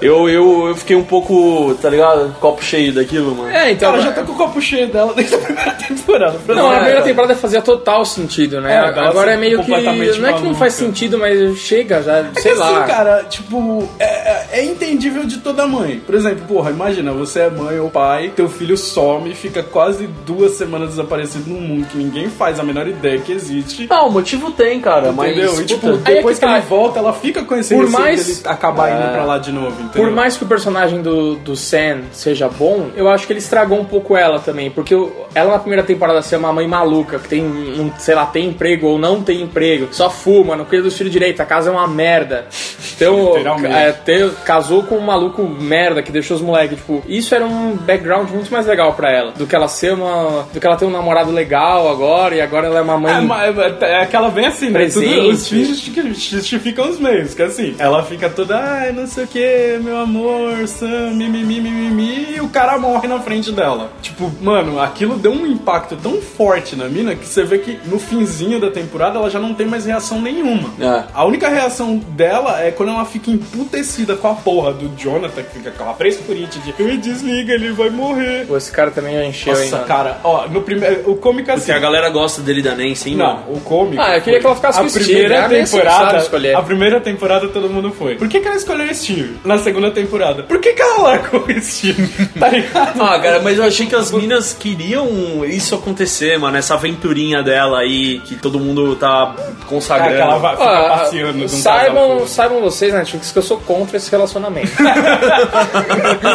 [SPEAKER 2] Eu, eu, eu fiquei um pouco, tá ligado? Copo cheio daquilo, mano.
[SPEAKER 1] É, então.
[SPEAKER 3] Ela já tá com o copo cheio dela desde a primeira temporada. pra
[SPEAKER 1] Não, é a
[SPEAKER 3] você ver,
[SPEAKER 1] primeira
[SPEAKER 3] cara.
[SPEAKER 1] temporada fazia total sentido, né?
[SPEAKER 3] É, ela
[SPEAKER 1] Agora é
[SPEAKER 3] se-
[SPEAKER 1] meio que. Não é
[SPEAKER 3] completamente
[SPEAKER 1] que não faz
[SPEAKER 3] maluca.
[SPEAKER 1] sentido, mas chega já,
[SPEAKER 3] É
[SPEAKER 1] sei
[SPEAKER 3] que
[SPEAKER 1] lá.
[SPEAKER 3] assim, cara, tipo, é, é- é entendível de toda mãe. Por exemplo, porra, imagina, você é mãe ou pai, teu filho some, fica quase duas semanas desaparecido num mundo que ninguém faz a menor ideia que existe.
[SPEAKER 2] Não, o motivo tem, cara,
[SPEAKER 3] entendeu?
[SPEAKER 2] mas.
[SPEAKER 3] E tipo,
[SPEAKER 2] puta,
[SPEAKER 1] Aí é
[SPEAKER 3] depois
[SPEAKER 1] que
[SPEAKER 3] que,
[SPEAKER 1] tá.
[SPEAKER 3] ele volta, ela fica com esse
[SPEAKER 1] Por
[SPEAKER 3] receio
[SPEAKER 1] mais-
[SPEAKER 3] dele acabar indo pra lá de novo,
[SPEAKER 1] É.
[SPEAKER 3] entendeu?
[SPEAKER 1] Por mais que o personagem do, do Sam seja bom, eu acho que ele estragou um pouco ela também. Porque o- ela na primeira temporada ser uma mãe maluca, que tem, um, sei lá, tem emprego ou não tem emprego, que só fuma, não cuida dos filhos direito, a casa é uma merda. Então,
[SPEAKER 3] Literalmente.
[SPEAKER 1] é, ter- casou com um maluco merda que deixou os moleques, tipo, isso era um background muito mais legal pra ela. Do que ela ser uma. Do que ela ter um namorado legal agora e agora ela é uma mãe.
[SPEAKER 2] Então,
[SPEAKER 3] É, mas é, é que ela vem assim, né? Tudo-
[SPEAKER 1] Presente.
[SPEAKER 3] os fins justi- justificam os meios, que assim, ela fica toda, ai, não sei o que, meu amor, Sam, mimimi, mimimi, e o cara morre na frente dela. Tipo, mano, aquilo deu um impacto tão forte na mina que você vê que no finzinho da temporada ela já não tem mais reação nenhuma.
[SPEAKER 2] É.
[SPEAKER 3] A única reação dela é quando ela fica emputecida com a porra do Jonathan, que fica com aquela frescurite de, "Ai, desliga, ele vai morrer.
[SPEAKER 1] Pô, esse cara também já encheu, hein?
[SPEAKER 3] Nossa,
[SPEAKER 1] mano.
[SPEAKER 3] cara, ó, no primeiro. O cômico assim.
[SPEAKER 2] Porque a galera gosta dele da Nancy, hein? mano?
[SPEAKER 3] Não, o cômico.
[SPEAKER 1] Ah, eu queria
[SPEAKER 3] foi-
[SPEAKER 1] que ela ficasse
[SPEAKER 3] a
[SPEAKER 1] com o Steve,
[SPEAKER 3] primeira
[SPEAKER 1] né? A Nancy
[SPEAKER 3] temporada,
[SPEAKER 1] sabe escolher.
[SPEAKER 3] A primeira temporada todo mundo foi. Por que, que ela escolheu o Steve? Na segunda temporada. Por que, que ela largou o Steve? tá ligado?
[SPEAKER 2] Ah, cara, mas eu achei que as minas queriam isso acontecer, mano. Essa aventurinha dela aí, que todo mundo tá
[SPEAKER 3] Cara, que ela
[SPEAKER 2] consagrando.
[SPEAKER 3] vai
[SPEAKER 1] Ó,
[SPEAKER 3] ficar passeando de um casal pro
[SPEAKER 1] Ah, saibam,
[SPEAKER 3] outro.
[SPEAKER 1] saibam vocês, Netflix, que eu sou contra esse relacionamento.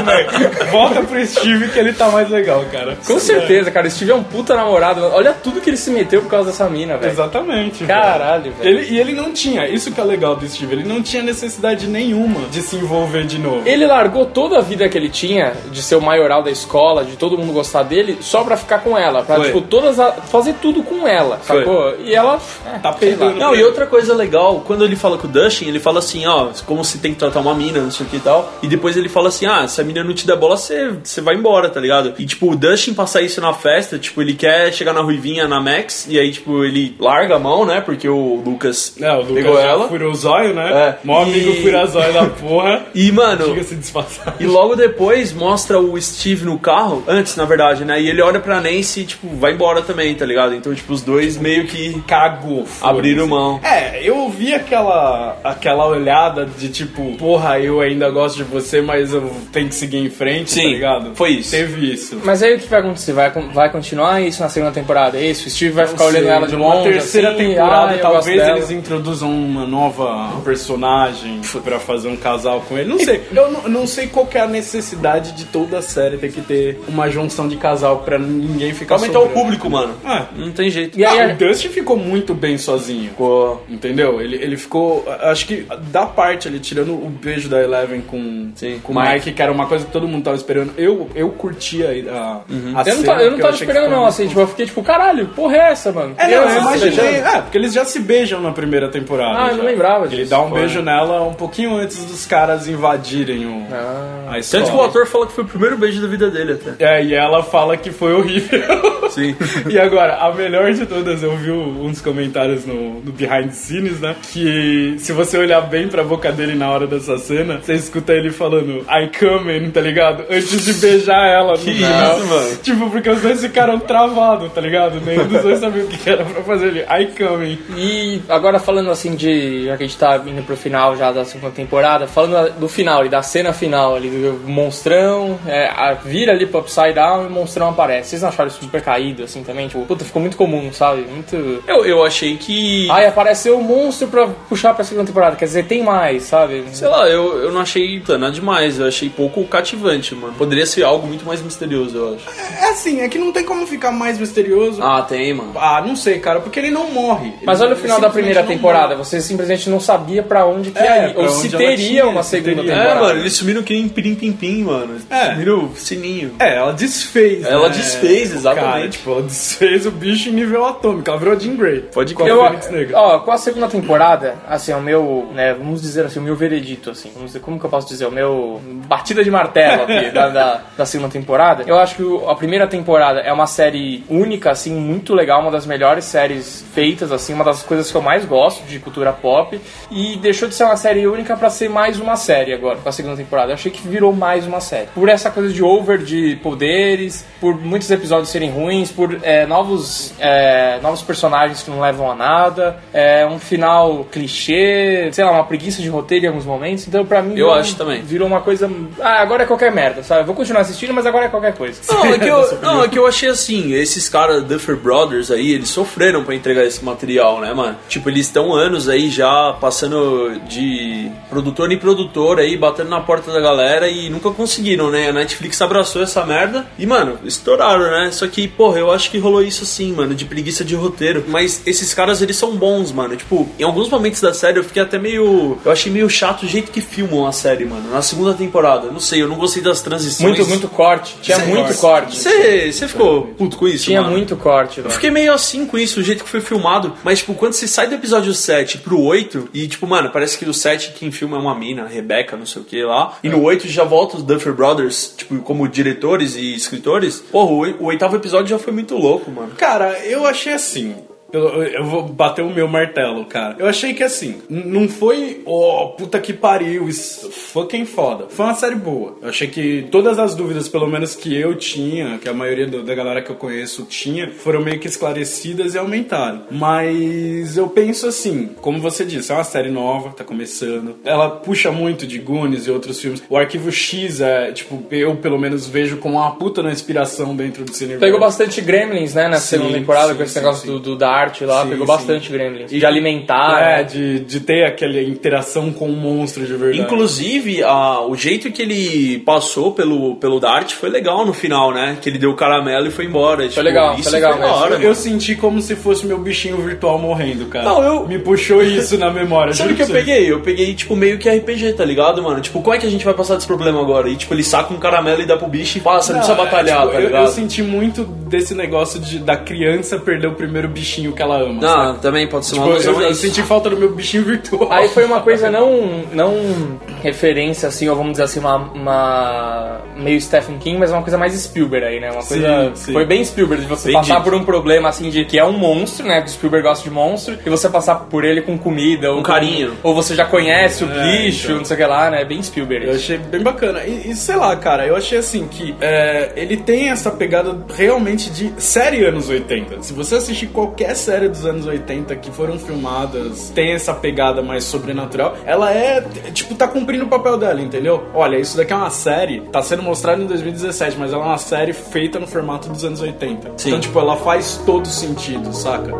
[SPEAKER 3] Véi, Volta pro Steve que ele tá mais legal, cara.
[SPEAKER 1] Com certeza, cara. O Steve é um puta namorado. mano. Olha tudo que ele se meteu por causa dessa mina, velho.
[SPEAKER 3] Exatamente.
[SPEAKER 1] Caralho,
[SPEAKER 3] velho.
[SPEAKER 1] velho.
[SPEAKER 3] Ele, e ele não tinha, isso que é legal do Steve, ele não tinha necessidade nenhuma de se envolver de novo.
[SPEAKER 1] Ele largou toda a vida que ele tinha de ser o maioral da escola, de todo mundo gostar dele, só pra ficar com ela. Pra,
[SPEAKER 2] Foi.
[SPEAKER 1] tipo, todas a- fazer tudo com ela,
[SPEAKER 2] Foi.
[SPEAKER 1] sacou? E ela. é,
[SPEAKER 3] tá
[SPEAKER 1] sei lá.
[SPEAKER 3] perdendo.
[SPEAKER 2] Não, e outra coisa legal, quando ele fala com o Dustin, ele fala assim, ó, como se tem que tratar uma mina, não sei o que e tal. E depois ele fala assim, ah, se a mina não te der bola, você você vai embora, tá ligado? E tipo, o Dustin passar isso na festa, tipo, ele quer chegar na Ruivinha, na Max, e aí, tipo, ele larga a mão, né? Porque o Lucas
[SPEAKER 3] É, o Lucas
[SPEAKER 2] pegou
[SPEAKER 3] já
[SPEAKER 2] ela.
[SPEAKER 3] furou o zóio, né?
[SPEAKER 2] É.
[SPEAKER 3] Mó
[SPEAKER 2] E-
[SPEAKER 3] amigo fura zóio da porra.
[SPEAKER 2] E, mano,
[SPEAKER 3] Diga-se disfarçar.
[SPEAKER 2] E logo depois mostra o Steve no carro, antes na verdade, né? E ele olha pra Nancy e, tipo, vai embora também, tá ligado? Então, tipo, os dois meio que
[SPEAKER 3] Cagou.
[SPEAKER 2] abriram mão.
[SPEAKER 3] É, eu ouvi aquela, aquela olhada de tipo, porra, eu ainda gosto de você, mas eu tenho que seguir em frente,
[SPEAKER 2] Sim,
[SPEAKER 3] tá ligado?
[SPEAKER 2] foi isso.
[SPEAKER 3] Teve isso.
[SPEAKER 1] Mas aí o que vai acontecer? Vai, con- vai continuar isso na segunda temporada? É isso? O Steve vai ficar olhando
[SPEAKER 3] Sei,
[SPEAKER 1] ela de
[SPEAKER 3] numa
[SPEAKER 1] longe?
[SPEAKER 3] terceira
[SPEAKER 1] assim,
[SPEAKER 3] temporada,
[SPEAKER 1] ah, eu gosto
[SPEAKER 3] talvez
[SPEAKER 1] dela.
[SPEAKER 3] eles introduzam uma nova personagem pra fazer um casal com ele. Não sei. Eu não, não sei qual que é a necessidade de toda a série ter que ter uma junção de casal pra ninguém ficar
[SPEAKER 2] Pra aumentar o
[SPEAKER 3] sobrando.
[SPEAKER 2] público, mano.
[SPEAKER 3] É.
[SPEAKER 2] Não tem jeito.
[SPEAKER 1] E aí,
[SPEAKER 3] Ah, o Dustin ficou muito bem sozinho.
[SPEAKER 2] Pô,
[SPEAKER 3] Entendeu? Ele, ele ficou. Acho que da parte ali, tirando o beijo da Eleven com,
[SPEAKER 2] Sim,
[SPEAKER 3] com o Mike, que era uma coisa que todo mundo tava esperando. Eu, eu curti a, a, a
[SPEAKER 1] Uhum. Eu não,
[SPEAKER 3] cena,
[SPEAKER 1] ta- eu não
[SPEAKER 3] porque
[SPEAKER 1] tava
[SPEAKER 3] achei que
[SPEAKER 1] esperando,
[SPEAKER 3] ficou
[SPEAKER 1] não,
[SPEAKER 3] muito-
[SPEAKER 1] assim, tipo, eu fiquei tipo, caralho, porra é essa, mano?
[SPEAKER 3] É, não, eu imaginei.
[SPEAKER 1] beijando.
[SPEAKER 3] É, porque eles já se beijam na primeira temporada.
[SPEAKER 1] né? Ah, eu
[SPEAKER 3] já.
[SPEAKER 1] não lembrava
[SPEAKER 3] Ele
[SPEAKER 1] disso,
[SPEAKER 3] dá um
[SPEAKER 1] foi.
[SPEAKER 3] beijo nela um pouquinho antes dos caras invadirem o,
[SPEAKER 1] Ah.
[SPEAKER 3] a escola.
[SPEAKER 2] tanto que o ator fala que foi o primeiro beijo da vida dele até.
[SPEAKER 3] É, e ela fala que foi horrível.
[SPEAKER 2] Sim.
[SPEAKER 3] E agora, a melhor de todas, eu vi uns comentários no, no Behind the Scenes, né? Que se você olhar bem pra boca dele na hora dessa cena, você escuta ele falando I coming, tá ligado? Antes de beijar ela que no final.
[SPEAKER 2] isso, mano?
[SPEAKER 3] Tipo, porque os dois ficaram travados, tá ligado? Nenhum dos dois sabia o que era pra fazer ele. I coming.
[SPEAKER 1] E agora falando assim de. Já que a gente tá indo pro final já da segunda temporada, falando do final ali, da cena final ali, do monstrão, é, a- vira ali pro upside down e o monstrão aparece. Vocês não acharam isso super caído assim também? Tipo, puta, ficou muito comum, sabe? Muito.
[SPEAKER 2] Eu, eu achei que.
[SPEAKER 1] Ai, apareceu o monstro pra puxar pra segunda temporada. Quer dizer, tem mais, sabe?
[SPEAKER 2] Sei lá, eu, eu não achei tá, nada demais, eu achei pouco cativante, mano. Poderia ser algo muito mais misterioso, eu acho.
[SPEAKER 3] É assim, é que não tem como ficar mais misterioso.
[SPEAKER 2] Ah, tem, mano.
[SPEAKER 3] Ah, não sei, cara, porque ele não morre.
[SPEAKER 1] Mas
[SPEAKER 3] Ele-
[SPEAKER 1] olha o final
[SPEAKER 3] ele
[SPEAKER 1] da primeira
[SPEAKER 3] simplesmente não
[SPEAKER 1] temporada,
[SPEAKER 3] morre.
[SPEAKER 1] você simplesmente não sabia pra onde que
[SPEAKER 3] É,
[SPEAKER 1] ia ir,
[SPEAKER 3] pra
[SPEAKER 1] ou
[SPEAKER 3] onde
[SPEAKER 1] se
[SPEAKER 3] ela
[SPEAKER 1] teria
[SPEAKER 3] tinha,
[SPEAKER 1] uma
[SPEAKER 3] se
[SPEAKER 1] segunda
[SPEAKER 3] teria.
[SPEAKER 1] temporada.
[SPEAKER 2] É, mano, eles sumiram que nem pirim-pim-pim, mano. Eles
[SPEAKER 3] É.
[SPEAKER 2] Sumiram o sininho.
[SPEAKER 3] É, ela desfez.
[SPEAKER 2] Ela
[SPEAKER 3] né?
[SPEAKER 2] desfez,
[SPEAKER 3] Cara,
[SPEAKER 2] exatamente.
[SPEAKER 3] tipo, ela desfez o bicho em nível atômico. Ela virou Jean Grey.
[SPEAKER 2] Pode
[SPEAKER 3] com a
[SPEAKER 2] crer.
[SPEAKER 1] Eu,
[SPEAKER 3] Fênix Negra.
[SPEAKER 1] ó, com a segunda temporada, assim, o meu, né, vamos dizer assim, o meu veredito, assim, vamos dizer, como que eu posso dizer, o meu batida de martelo aqui, da, da, da segunda temporada, eu acho que o- a primeira temporada é uma série única, assim, muito legal, uma das melhores séries feitas, assim, uma das coisas que eu mais gosto de cultura pop, e deixou de ser uma série única pra ser mais uma série agora, com a segunda temporada, eu achei que virou mais uma série, por essa coisa de over de poderes, por muitos episódios serem ruins, por é, novos, é, novos personagens que não levam a nada, é, um final clichê, sei lá, uma preguiça de roteiro em alguns momentos. Então, pra mim,
[SPEAKER 2] Eu
[SPEAKER 1] virou-
[SPEAKER 2] acho também.
[SPEAKER 1] virou uma coisa. Ah, agora é qualquer merda, sabe? Eu vou continuar assistindo, mas agora é qualquer coisa.
[SPEAKER 2] Não, é que eu, não, é que eu achei assim, esses caras Duffer Brothers aí, eles sofreram pra entregar esse material, né, mano? Tipo, eles estão anos aí já passando de produtor em produtor aí, batendo na porta da galera e nunca conseguiram, né? A Netflix abraçou essa merda e, mano, estouraram, né? Só que, porra, eu acho que rolou isso sim, mano, de preguiça de roteiro. Mas esses caras, eles são bons, mano. Tipo, em alguns momentos da série eu fiquei até meio. Eu achei meio chato o jeito que filmam a série, mano. Na segunda temporada, não sei, eu não gostei das transições.
[SPEAKER 1] Muito, muito corte. Tinha
[SPEAKER 2] Sim.
[SPEAKER 1] muito corte.
[SPEAKER 2] Você você ficou puto com isso,
[SPEAKER 1] Tinha
[SPEAKER 2] mano?
[SPEAKER 1] muito corte, velho.
[SPEAKER 2] Eu fiquei meio assim com isso, o jeito que foi filmado. Mas, tipo, quando você sai do episódio 7 pro 8, e, tipo, mano, parece que no 7 quem filma é uma mina, a Rebeca, não sei o que lá. E no 8 já volta os Duffer Brothers, tipo, como diretores e escritores. Porra, o oi- o oitavo episódio já foi muito louco, mano.
[SPEAKER 3] Cara, eu achei assim. Eu, eu vou bater o meu martelo, cara. Eu achei que assim, n- não foi, ó, puta que pariu, isso fucking foda. Foi uma série boa. Eu achei que todas as dúvidas, pelo menos que eu tinha, que a maioria do- da galera que eu conheço tinha, foram meio que esclarecidas e aumentaram. Mas eu penso assim, como você disse, é uma série nova, tá começando. Ela puxa muito de Goonies e outros filmes. O Arquivo X é, tipo, eu pelo menos vejo como uma puta na inspiração dentro do cinema.
[SPEAKER 1] Pegou bastante Gremlins, né, na
[SPEAKER 3] Sim,
[SPEAKER 1] segunda temporada,
[SPEAKER 3] sim,
[SPEAKER 1] com esse
[SPEAKER 3] sim,
[SPEAKER 1] negócio
[SPEAKER 3] sim.
[SPEAKER 1] do, do- da arte lá.
[SPEAKER 3] Sim,
[SPEAKER 1] pegou
[SPEAKER 3] sim.
[SPEAKER 1] bastante Gremlins. De alimentar.
[SPEAKER 3] É,
[SPEAKER 1] né?
[SPEAKER 3] de, de ter aquela interação com o monstro de verdade.
[SPEAKER 2] Inclusive, a, o jeito que ele passou pelo, pelo Dart foi legal no final, né? Que ele deu o caramelo e foi embora. Tipo, Foi
[SPEAKER 1] legal, foi legal mesmo.
[SPEAKER 2] hora,
[SPEAKER 3] eu senti como se fosse meu bichinho virtual morrendo, cara.
[SPEAKER 2] Não, eu-
[SPEAKER 3] Me puxou isso na memória.
[SPEAKER 2] Sabe o
[SPEAKER 3] juro
[SPEAKER 2] que eu
[SPEAKER 3] pra você.
[SPEAKER 2] peguei? Eu peguei, tipo, meio que RPG, tá ligado, mano? Tipo, como é que a gente vai passar desse problema agora? E, tipo, ele saca um caramelo e dá pro bicho e passa, não, precisa
[SPEAKER 3] é,
[SPEAKER 2] batalhar,
[SPEAKER 3] tipo,
[SPEAKER 2] tá
[SPEAKER 3] eu,
[SPEAKER 2] ligado?
[SPEAKER 3] eu senti muito desse negócio de, da criança perder o primeiro bichinho que ela ama. sabe?
[SPEAKER 2] Não, também pode ser uma
[SPEAKER 3] Tipo, eu,
[SPEAKER 2] alusão a
[SPEAKER 3] eu
[SPEAKER 2] isso.
[SPEAKER 3] senti falta do meu bichinho virtual.
[SPEAKER 1] Aí foi uma coisa não, não referência, assim, ou vamos dizer assim, uma, uma- meio Stephen King, mas uma coisa mais Spielberg aí, né? Uma coisa.
[SPEAKER 3] Sim, sim.
[SPEAKER 1] Foi bem Spielberg de você
[SPEAKER 2] Entendi.
[SPEAKER 1] passar por um problema assim de que é um monstro, né? Que o Spielberg gosta de monstro, e você passar por ele com comida, ou
[SPEAKER 2] Um
[SPEAKER 1] com-
[SPEAKER 2] carinho.
[SPEAKER 1] Ou você já conhece o
[SPEAKER 3] É,
[SPEAKER 1] bicho,
[SPEAKER 3] então.
[SPEAKER 1] não sei o que lá, né? Bem Spielberg.
[SPEAKER 3] Eu achei bem bacana. E, e sei lá, cara, eu achei assim que é, ele tem essa pegada realmente de série anos 80. Se você assistir qualquer série dos anos 80 que foram filmadas, tem essa pegada mais sobrenatural, ela é, t- tipo, tá cumprindo o papel dela, entendeu? Olha, isso daqui é uma série, tá sendo mostrada em 2017, mas ela é uma série feita no formato dos anos 80.
[SPEAKER 2] Sim.
[SPEAKER 3] Então, tipo, ela faz todo sentido, saca?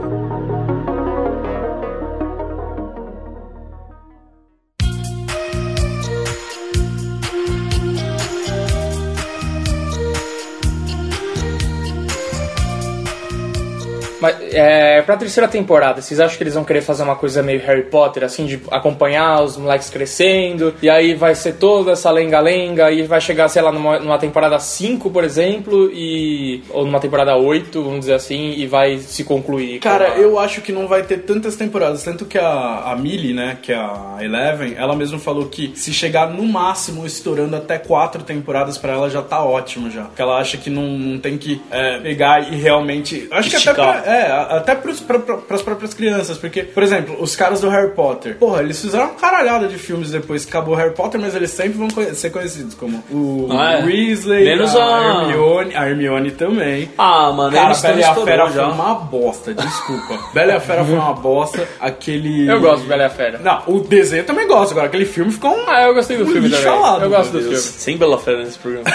[SPEAKER 1] Mas é, pra terceira temporada, vocês acham que eles vão querer fazer uma coisa meio Harry Potter, assim, de acompanhar os moleques crescendo, e aí vai ser toda essa lenga-lenga, e vai chegar, sei lá, numa, numa temporada 5, por exemplo, e. ou numa temporada 8, vamos dizer assim, e vai se concluir. com
[SPEAKER 3] Cara,
[SPEAKER 1] a-
[SPEAKER 3] eu acho que não vai ter tantas temporadas. Tanto que a, a Millie, né, que é a Eleven, ela mesma falou que se chegar no máximo estourando até quatro temporadas pra ela já tá ótimo já. Que ela acha que não, não tem que é, pegar e realmente. Acho que até,
[SPEAKER 2] Esticar.
[SPEAKER 3] pra, é, a- até pros, pra, pra- pras próprias crianças. Porque, por exemplo, os caras do Harry Potter. Porra, eles fizeram uma caralhada de filmes depois que acabou o Harry Potter, mas eles sempre vão conhe- ser conhecidos como o
[SPEAKER 2] Ah, é.
[SPEAKER 3] Weasley,
[SPEAKER 2] Menos a-
[SPEAKER 3] Hermione. A Hermione também.
[SPEAKER 2] Ah, mano,
[SPEAKER 3] Cara,
[SPEAKER 2] eles
[SPEAKER 3] Bela e a
[SPEAKER 2] estão
[SPEAKER 3] Fera
[SPEAKER 2] estourando
[SPEAKER 3] foi
[SPEAKER 2] já.
[SPEAKER 3] uma bosta, desculpa. Bela e a Fera foi uma bosta, aquele...
[SPEAKER 1] Eu gosto de Bela e a Fera.
[SPEAKER 3] Não, o desenho eu também gosto, agora aquele filme ficou um...
[SPEAKER 1] Ah, eu gostei do
[SPEAKER 3] um
[SPEAKER 1] filme
[SPEAKER 3] lixo
[SPEAKER 1] também.
[SPEAKER 3] alado,
[SPEAKER 1] eu gosto do
[SPEAKER 3] meu
[SPEAKER 1] filme.
[SPEAKER 2] Sem Bela Fera nesse programa.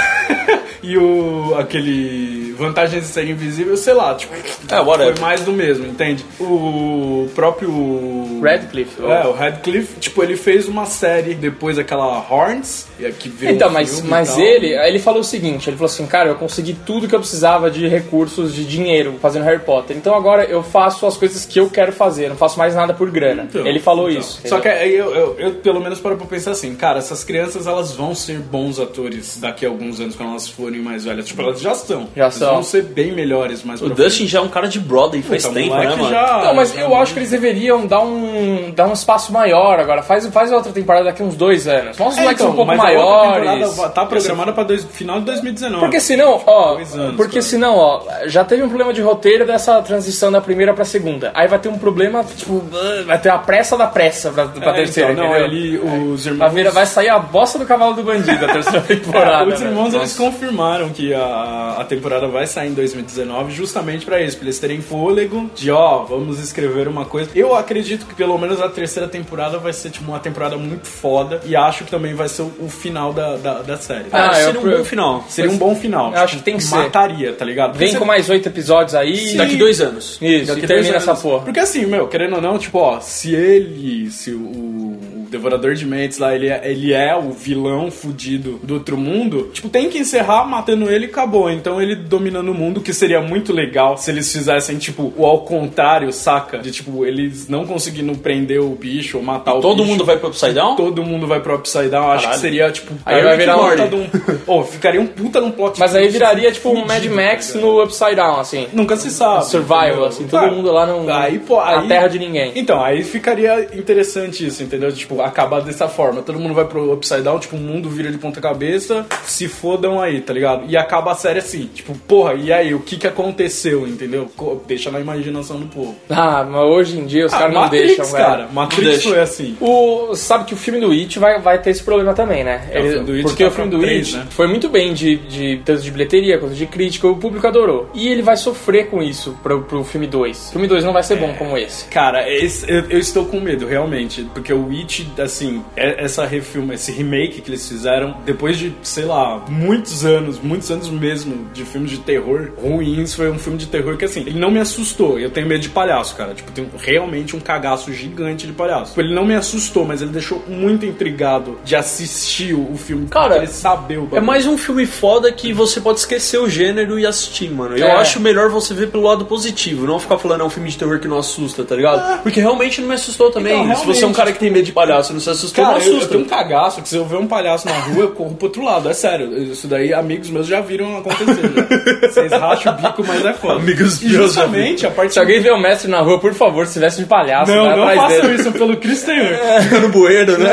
[SPEAKER 3] E o... aquele... vantagens de ser invisível, sei lá, tipo,
[SPEAKER 2] É, whatever.
[SPEAKER 3] foi mais do mesmo, entende? O próprio
[SPEAKER 1] Radcliffe.
[SPEAKER 3] É, o Radcliffe, tipo, ele fez uma série depois aquela Horns, e aqui veio
[SPEAKER 1] Então,
[SPEAKER 3] um
[SPEAKER 1] mas,
[SPEAKER 3] filme e
[SPEAKER 1] mas
[SPEAKER 3] tal.
[SPEAKER 1] ele, ele falou o seguinte, ele falou assim, cara, eu consegui tudo que eu precisava de recursos, de dinheiro, fazendo Harry Potter. Então agora eu faço as coisas que eu quero fazer, eu não faço mais nada por grana.
[SPEAKER 3] Então,
[SPEAKER 1] ele falou
[SPEAKER 3] então.
[SPEAKER 1] isso.
[SPEAKER 3] Só que aí eu, eu, eu, pelo menos paro pra pensar assim, cara, essas crianças elas vão ser bons atores daqui a alguns anos quando elas forem mais velhas. Tipo, elas já são.
[SPEAKER 1] Já
[SPEAKER 3] elas
[SPEAKER 1] são.
[SPEAKER 3] vão ser bem melhores mais Então,
[SPEAKER 2] O Dustin já é um cara de Broadway faz tempo, né, mano?
[SPEAKER 3] é Já,
[SPEAKER 1] Não, Então, mas
[SPEAKER 3] já-
[SPEAKER 1] eu acho que eles deveriam dar um, dar um espaço maior agora. Faz, faz outra temporada daqui uns dois anos. Mostra os
[SPEAKER 3] É,
[SPEAKER 1] moleques
[SPEAKER 3] então,
[SPEAKER 1] um pouco
[SPEAKER 3] mas a outra
[SPEAKER 1] maiores.
[SPEAKER 3] temporada Tá programada pra dois, final de 2019.
[SPEAKER 1] Porque senão, ó,
[SPEAKER 3] dois anos,
[SPEAKER 1] porque
[SPEAKER 3] cara.
[SPEAKER 1] senão, ó, já teve um problema de roteiro dessa transição da primeira pra segunda. Aí vai ter um problema, tipo, vai ter a pressa da pressa pra, pra
[SPEAKER 3] É,
[SPEAKER 1] terceira,
[SPEAKER 3] então, não,
[SPEAKER 1] entendeu?
[SPEAKER 3] ele, os irmãos.
[SPEAKER 1] Vai virar- vai sair a bosta do cavalo do bandido a terceira temporada.
[SPEAKER 3] É, Os
[SPEAKER 1] velho.
[SPEAKER 3] irmãos eles
[SPEAKER 1] Nossa.
[SPEAKER 3] confirmaram que a, a temporada vai sair em 2019 justamente pra isso, pra eles terem fôlego de ó, vamos escrever uma coisa. Eu acredito que pelo menos a terceira temporada vai ser tipo uma temporada muito foda e acho que também vai ser o, o final da, da, da série.
[SPEAKER 1] Ah,
[SPEAKER 2] seria
[SPEAKER 1] eu
[SPEAKER 2] um
[SPEAKER 1] pro-
[SPEAKER 2] bom final.
[SPEAKER 3] Seria um bom final.
[SPEAKER 1] Eu acho que tem que ser.
[SPEAKER 3] Mataria, tá ligado? Porque
[SPEAKER 1] Vem
[SPEAKER 3] você-
[SPEAKER 1] com mais oito episódios aí.
[SPEAKER 2] Daqui dois anos.
[SPEAKER 1] Isso,
[SPEAKER 3] Daqui
[SPEAKER 1] e
[SPEAKER 3] dois
[SPEAKER 1] termina
[SPEAKER 3] anos.
[SPEAKER 1] essa porra.
[SPEAKER 3] Porque assim, meu, querendo ou não, tipo, ó, se ele, se o, o Devorador de Mentes lá, ele é, ele é o vilão fudido do outro mundo, tipo, tem que encerrar matando ele e acabou. Então ele dominando o mundo, que seria muito legal se eles fizessem, tipo, o ao contrário, saca? De, tipo, eles não conseguindo prender o bicho ou matar o
[SPEAKER 2] Todo
[SPEAKER 3] bicho.
[SPEAKER 2] mundo vai pro Upside Down?
[SPEAKER 3] Todo mundo vai pro Upside Down, acho que
[SPEAKER 2] Caralho.
[SPEAKER 3] seria, tipo,
[SPEAKER 1] Aí vai
[SPEAKER 3] Rick
[SPEAKER 1] virar
[SPEAKER 3] and
[SPEAKER 1] um-
[SPEAKER 3] Morty de um... Ô, ficaria um puta num plot
[SPEAKER 1] Mas aí
[SPEAKER 3] twist
[SPEAKER 1] viraria tipo um Mad
[SPEAKER 3] fudido,
[SPEAKER 1] Max
[SPEAKER 3] tá ligado?
[SPEAKER 1] no Upside Down, assim.
[SPEAKER 3] Nunca se sabe.
[SPEAKER 1] Survival,
[SPEAKER 3] entendeu? Ah,
[SPEAKER 1] assim, todo mundo lá num-
[SPEAKER 3] aí, pô,
[SPEAKER 1] na
[SPEAKER 3] aí-
[SPEAKER 1] terra de ninguém.
[SPEAKER 3] Então, aí ficaria interessante isso, entendeu? Tipo, acabar dessa forma. Todo mundo vai pro Upside Down, tipo, o mundo vira de ponta cabeça, se fodam aí, tá ligado? E acaba a série assim, tipo, porra, e aí, o que que aconteceu, entendeu? Co- Deixa na imaginação do povo. Ah,
[SPEAKER 1] Ah, mas hoje em dia os caras não
[SPEAKER 3] Matrix,
[SPEAKER 1] deixam, velho.
[SPEAKER 3] cara. Matrix
[SPEAKER 2] Não deixa.
[SPEAKER 3] foi assim.
[SPEAKER 1] O, sabe que o filme do It vai, vai ter esse problema também, né?
[SPEAKER 3] É, o filme do It
[SPEAKER 1] porque
[SPEAKER 3] tá
[SPEAKER 1] o filme
[SPEAKER 3] pra
[SPEAKER 1] do
[SPEAKER 3] três,
[SPEAKER 1] It
[SPEAKER 3] né?
[SPEAKER 1] foi muito bem de, de, tanto de bilheteria quanto de crítica, o público adorou. E ele vai sofrer com isso pro, pro filme 2. O filme 2 não vai ser
[SPEAKER 3] É.
[SPEAKER 1] bom como esse.
[SPEAKER 3] Cara, é esse- eu, eu estou com medo, realmente. Porque o It, assim, é- essa refilma, esse remake que eles fizeram, depois de, sei lá, muitos anos, muitos anos mesmo, de filmes de terror ruins, foi um filme de terror que, assim, ele não me assustou. Eu tenho medo de palhaço, cara. Tipo, tem realmente um cagaço gigante de palhaço. Tipo, ele não me assustou, mas ele deixou muito intrigado de assistir o filme.
[SPEAKER 2] Cara,
[SPEAKER 3] porque ele saber o
[SPEAKER 2] É
[SPEAKER 3] bagulho.
[SPEAKER 2] mais um filme foda que você pode esquecer o gênero e assistir, mano. Eu
[SPEAKER 1] É.
[SPEAKER 2] acho melhor você ver pelo lado positivo, não ficar falando é um filme de terror que não assusta, tá ligado? Porque realmente não me assustou também.
[SPEAKER 3] É. Então,
[SPEAKER 2] Se você é um cara que tem medo de palhaço e não se assustou,
[SPEAKER 3] Cara,
[SPEAKER 2] não
[SPEAKER 3] eu, eu
[SPEAKER 2] assusta.
[SPEAKER 3] tenho um cagaço que se eu ver um palhaço na rua, eu corro pro outro lado. É sério. Isso daí, amigos meus já viram acontecer. já. Vocês racham o bico, mas é foda.
[SPEAKER 2] Amigos
[SPEAKER 3] e
[SPEAKER 2] meus já
[SPEAKER 3] justamente a parte...
[SPEAKER 1] Se alguém vê o mestre na rua, por favor, se veste de palhaço, vai
[SPEAKER 3] Não, não
[SPEAKER 1] atrás
[SPEAKER 3] façam
[SPEAKER 1] dele.
[SPEAKER 3] isso pelo Cristo Senhor.
[SPEAKER 2] no bueiro, né?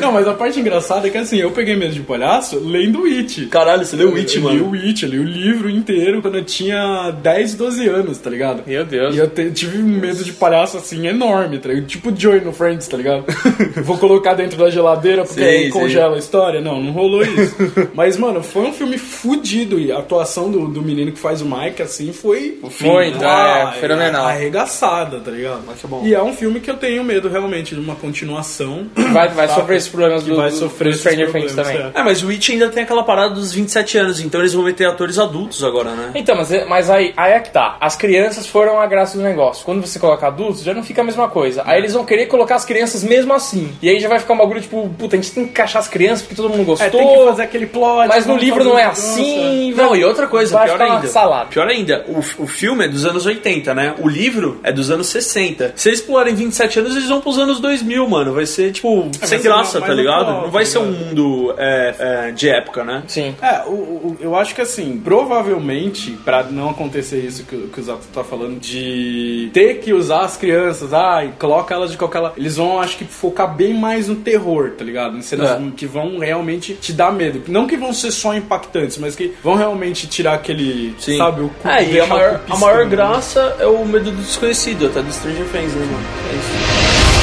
[SPEAKER 3] Não, mas a parte engraçada é que assim, eu peguei medo de palhaço lendo It.
[SPEAKER 2] Caralho, você leu o It,
[SPEAKER 3] eu
[SPEAKER 2] mano.
[SPEAKER 3] li o It, eu li o livro inteiro quando eu tinha 10, 12 anos, tá ligado?
[SPEAKER 1] Meu Deus.
[SPEAKER 3] E eu te- tive um medo de palhaço assim enorme, tá ligado? Tipo Joey no Friends, tá ligado? Vou colocar dentro da geladeira porque
[SPEAKER 2] Sei,
[SPEAKER 3] aí
[SPEAKER 2] sei.
[SPEAKER 3] congela a história. Não, não rolou isso. Mas, mano, foi um filme fudido e a atuação do, do menino que faz o Mike, assim, foi.
[SPEAKER 1] Muito,
[SPEAKER 3] Ah,
[SPEAKER 1] é, fenomenal.
[SPEAKER 3] Arregaçada, tá ligado? E é um filme que eu tenho medo realmente de uma continuação.
[SPEAKER 1] Vai, vai
[SPEAKER 3] Saca?
[SPEAKER 1] sofrer esses problemas
[SPEAKER 3] Que
[SPEAKER 1] do,
[SPEAKER 3] vai
[SPEAKER 1] do-
[SPEAKER 3] sofrer
[SPEAKER 1] do
[SPEAKER 3] esses
[SPEAKER 1] Stranger Things
[SPEAKER 3] problemas,
[SPEAKER 1] também.
[SPEAKER 3] é.
[SPEAKER 2] É, mas o It ainda tem aquela parada dos 27 anos, então eles vão meter atores adultos agora, né?
[SPEAKER 1] Então, mas, mas aí, aí é que tá. As crianças foram a graça do negócio. Quando você coloca adultos, já não fica a mesma coisa.
[SPEAKER 3] É.
[SPEAKER 1] Aí eles vão querer colocar as crianças mesmo assim. E aí já vai ficar um bagulho tipo, puta, a gente tem que encaixar as crianças porque todo mundo gostou.
[SPEAKER 3] É, tem que fazer aquele plot.
[SPEAKER 1] mas no
[SPEAKER 3] vamos
[SPEAKER 1] livro
[SPEAKER 3] fazer
[SPEAKER 1] não é
[SPEAKER 3] mudança.
[SPEAKER 1] assim.
[SPEAKER 2] Não, e outra coisa,
[SPEAKER 1] vai
[SPEAKER 2] pior
[SPEAKER 1] ficar uma
[SPEAKER 2] ainda.
[SPEAKER 1] salada.
[SPEAKER 2] Pior ainda, o, o filme é dos anos 80, né? O livro é dos anos 60. Se eles pularem 27 anos, eles vão pros anos 2000, mano. Vai ser, tipo, sem
[SPEAKER 3] ser
[SPEAKER 2] graça,
[SPEAKER 3] mais
[SPEAKER 2] tá ligado?
[SPEAKER 3] atual,
[SPEAKER 2] Não vai
[SPEAKER 3] tá
[SPEAKER 2] ser um
[SPEAKER 3] ligado?
[SPEAKER 2] mundo é, é, de época, né?
[SPEAKER 1] Sim.
[SPEAKER 3] É, o, o- eu acho que assim, provavelmente, pra não acontecer isso que, o- que o Zato tá falando, de ter que usar as crianças, ah, e coloca elas de qualquer lado. Eles vão, acho que, focar bem mais no terror, tá ligado? Em cenas
[SPEAKER 1] É.
[SPEAKER 3] que vão realmente te dar medo. Não que vão ser só impactantes, mas que vão realmente tirar aquele,
[SPEAKER 2] Sim.
[SPEAKER 3] sabe, o cu.
[SPEAKER 2] É, e a
[SPEAKER 3] deixar o
[SPEAKER 2] maior,
[SPEAKER 3] cu
[SPEAKER 2] a maior
[SPEAKER 3] piscando. né?
[SPEAKER 2] tá? graça é o medo do desconhecido, até do Stranger Things, né, mano? É isso.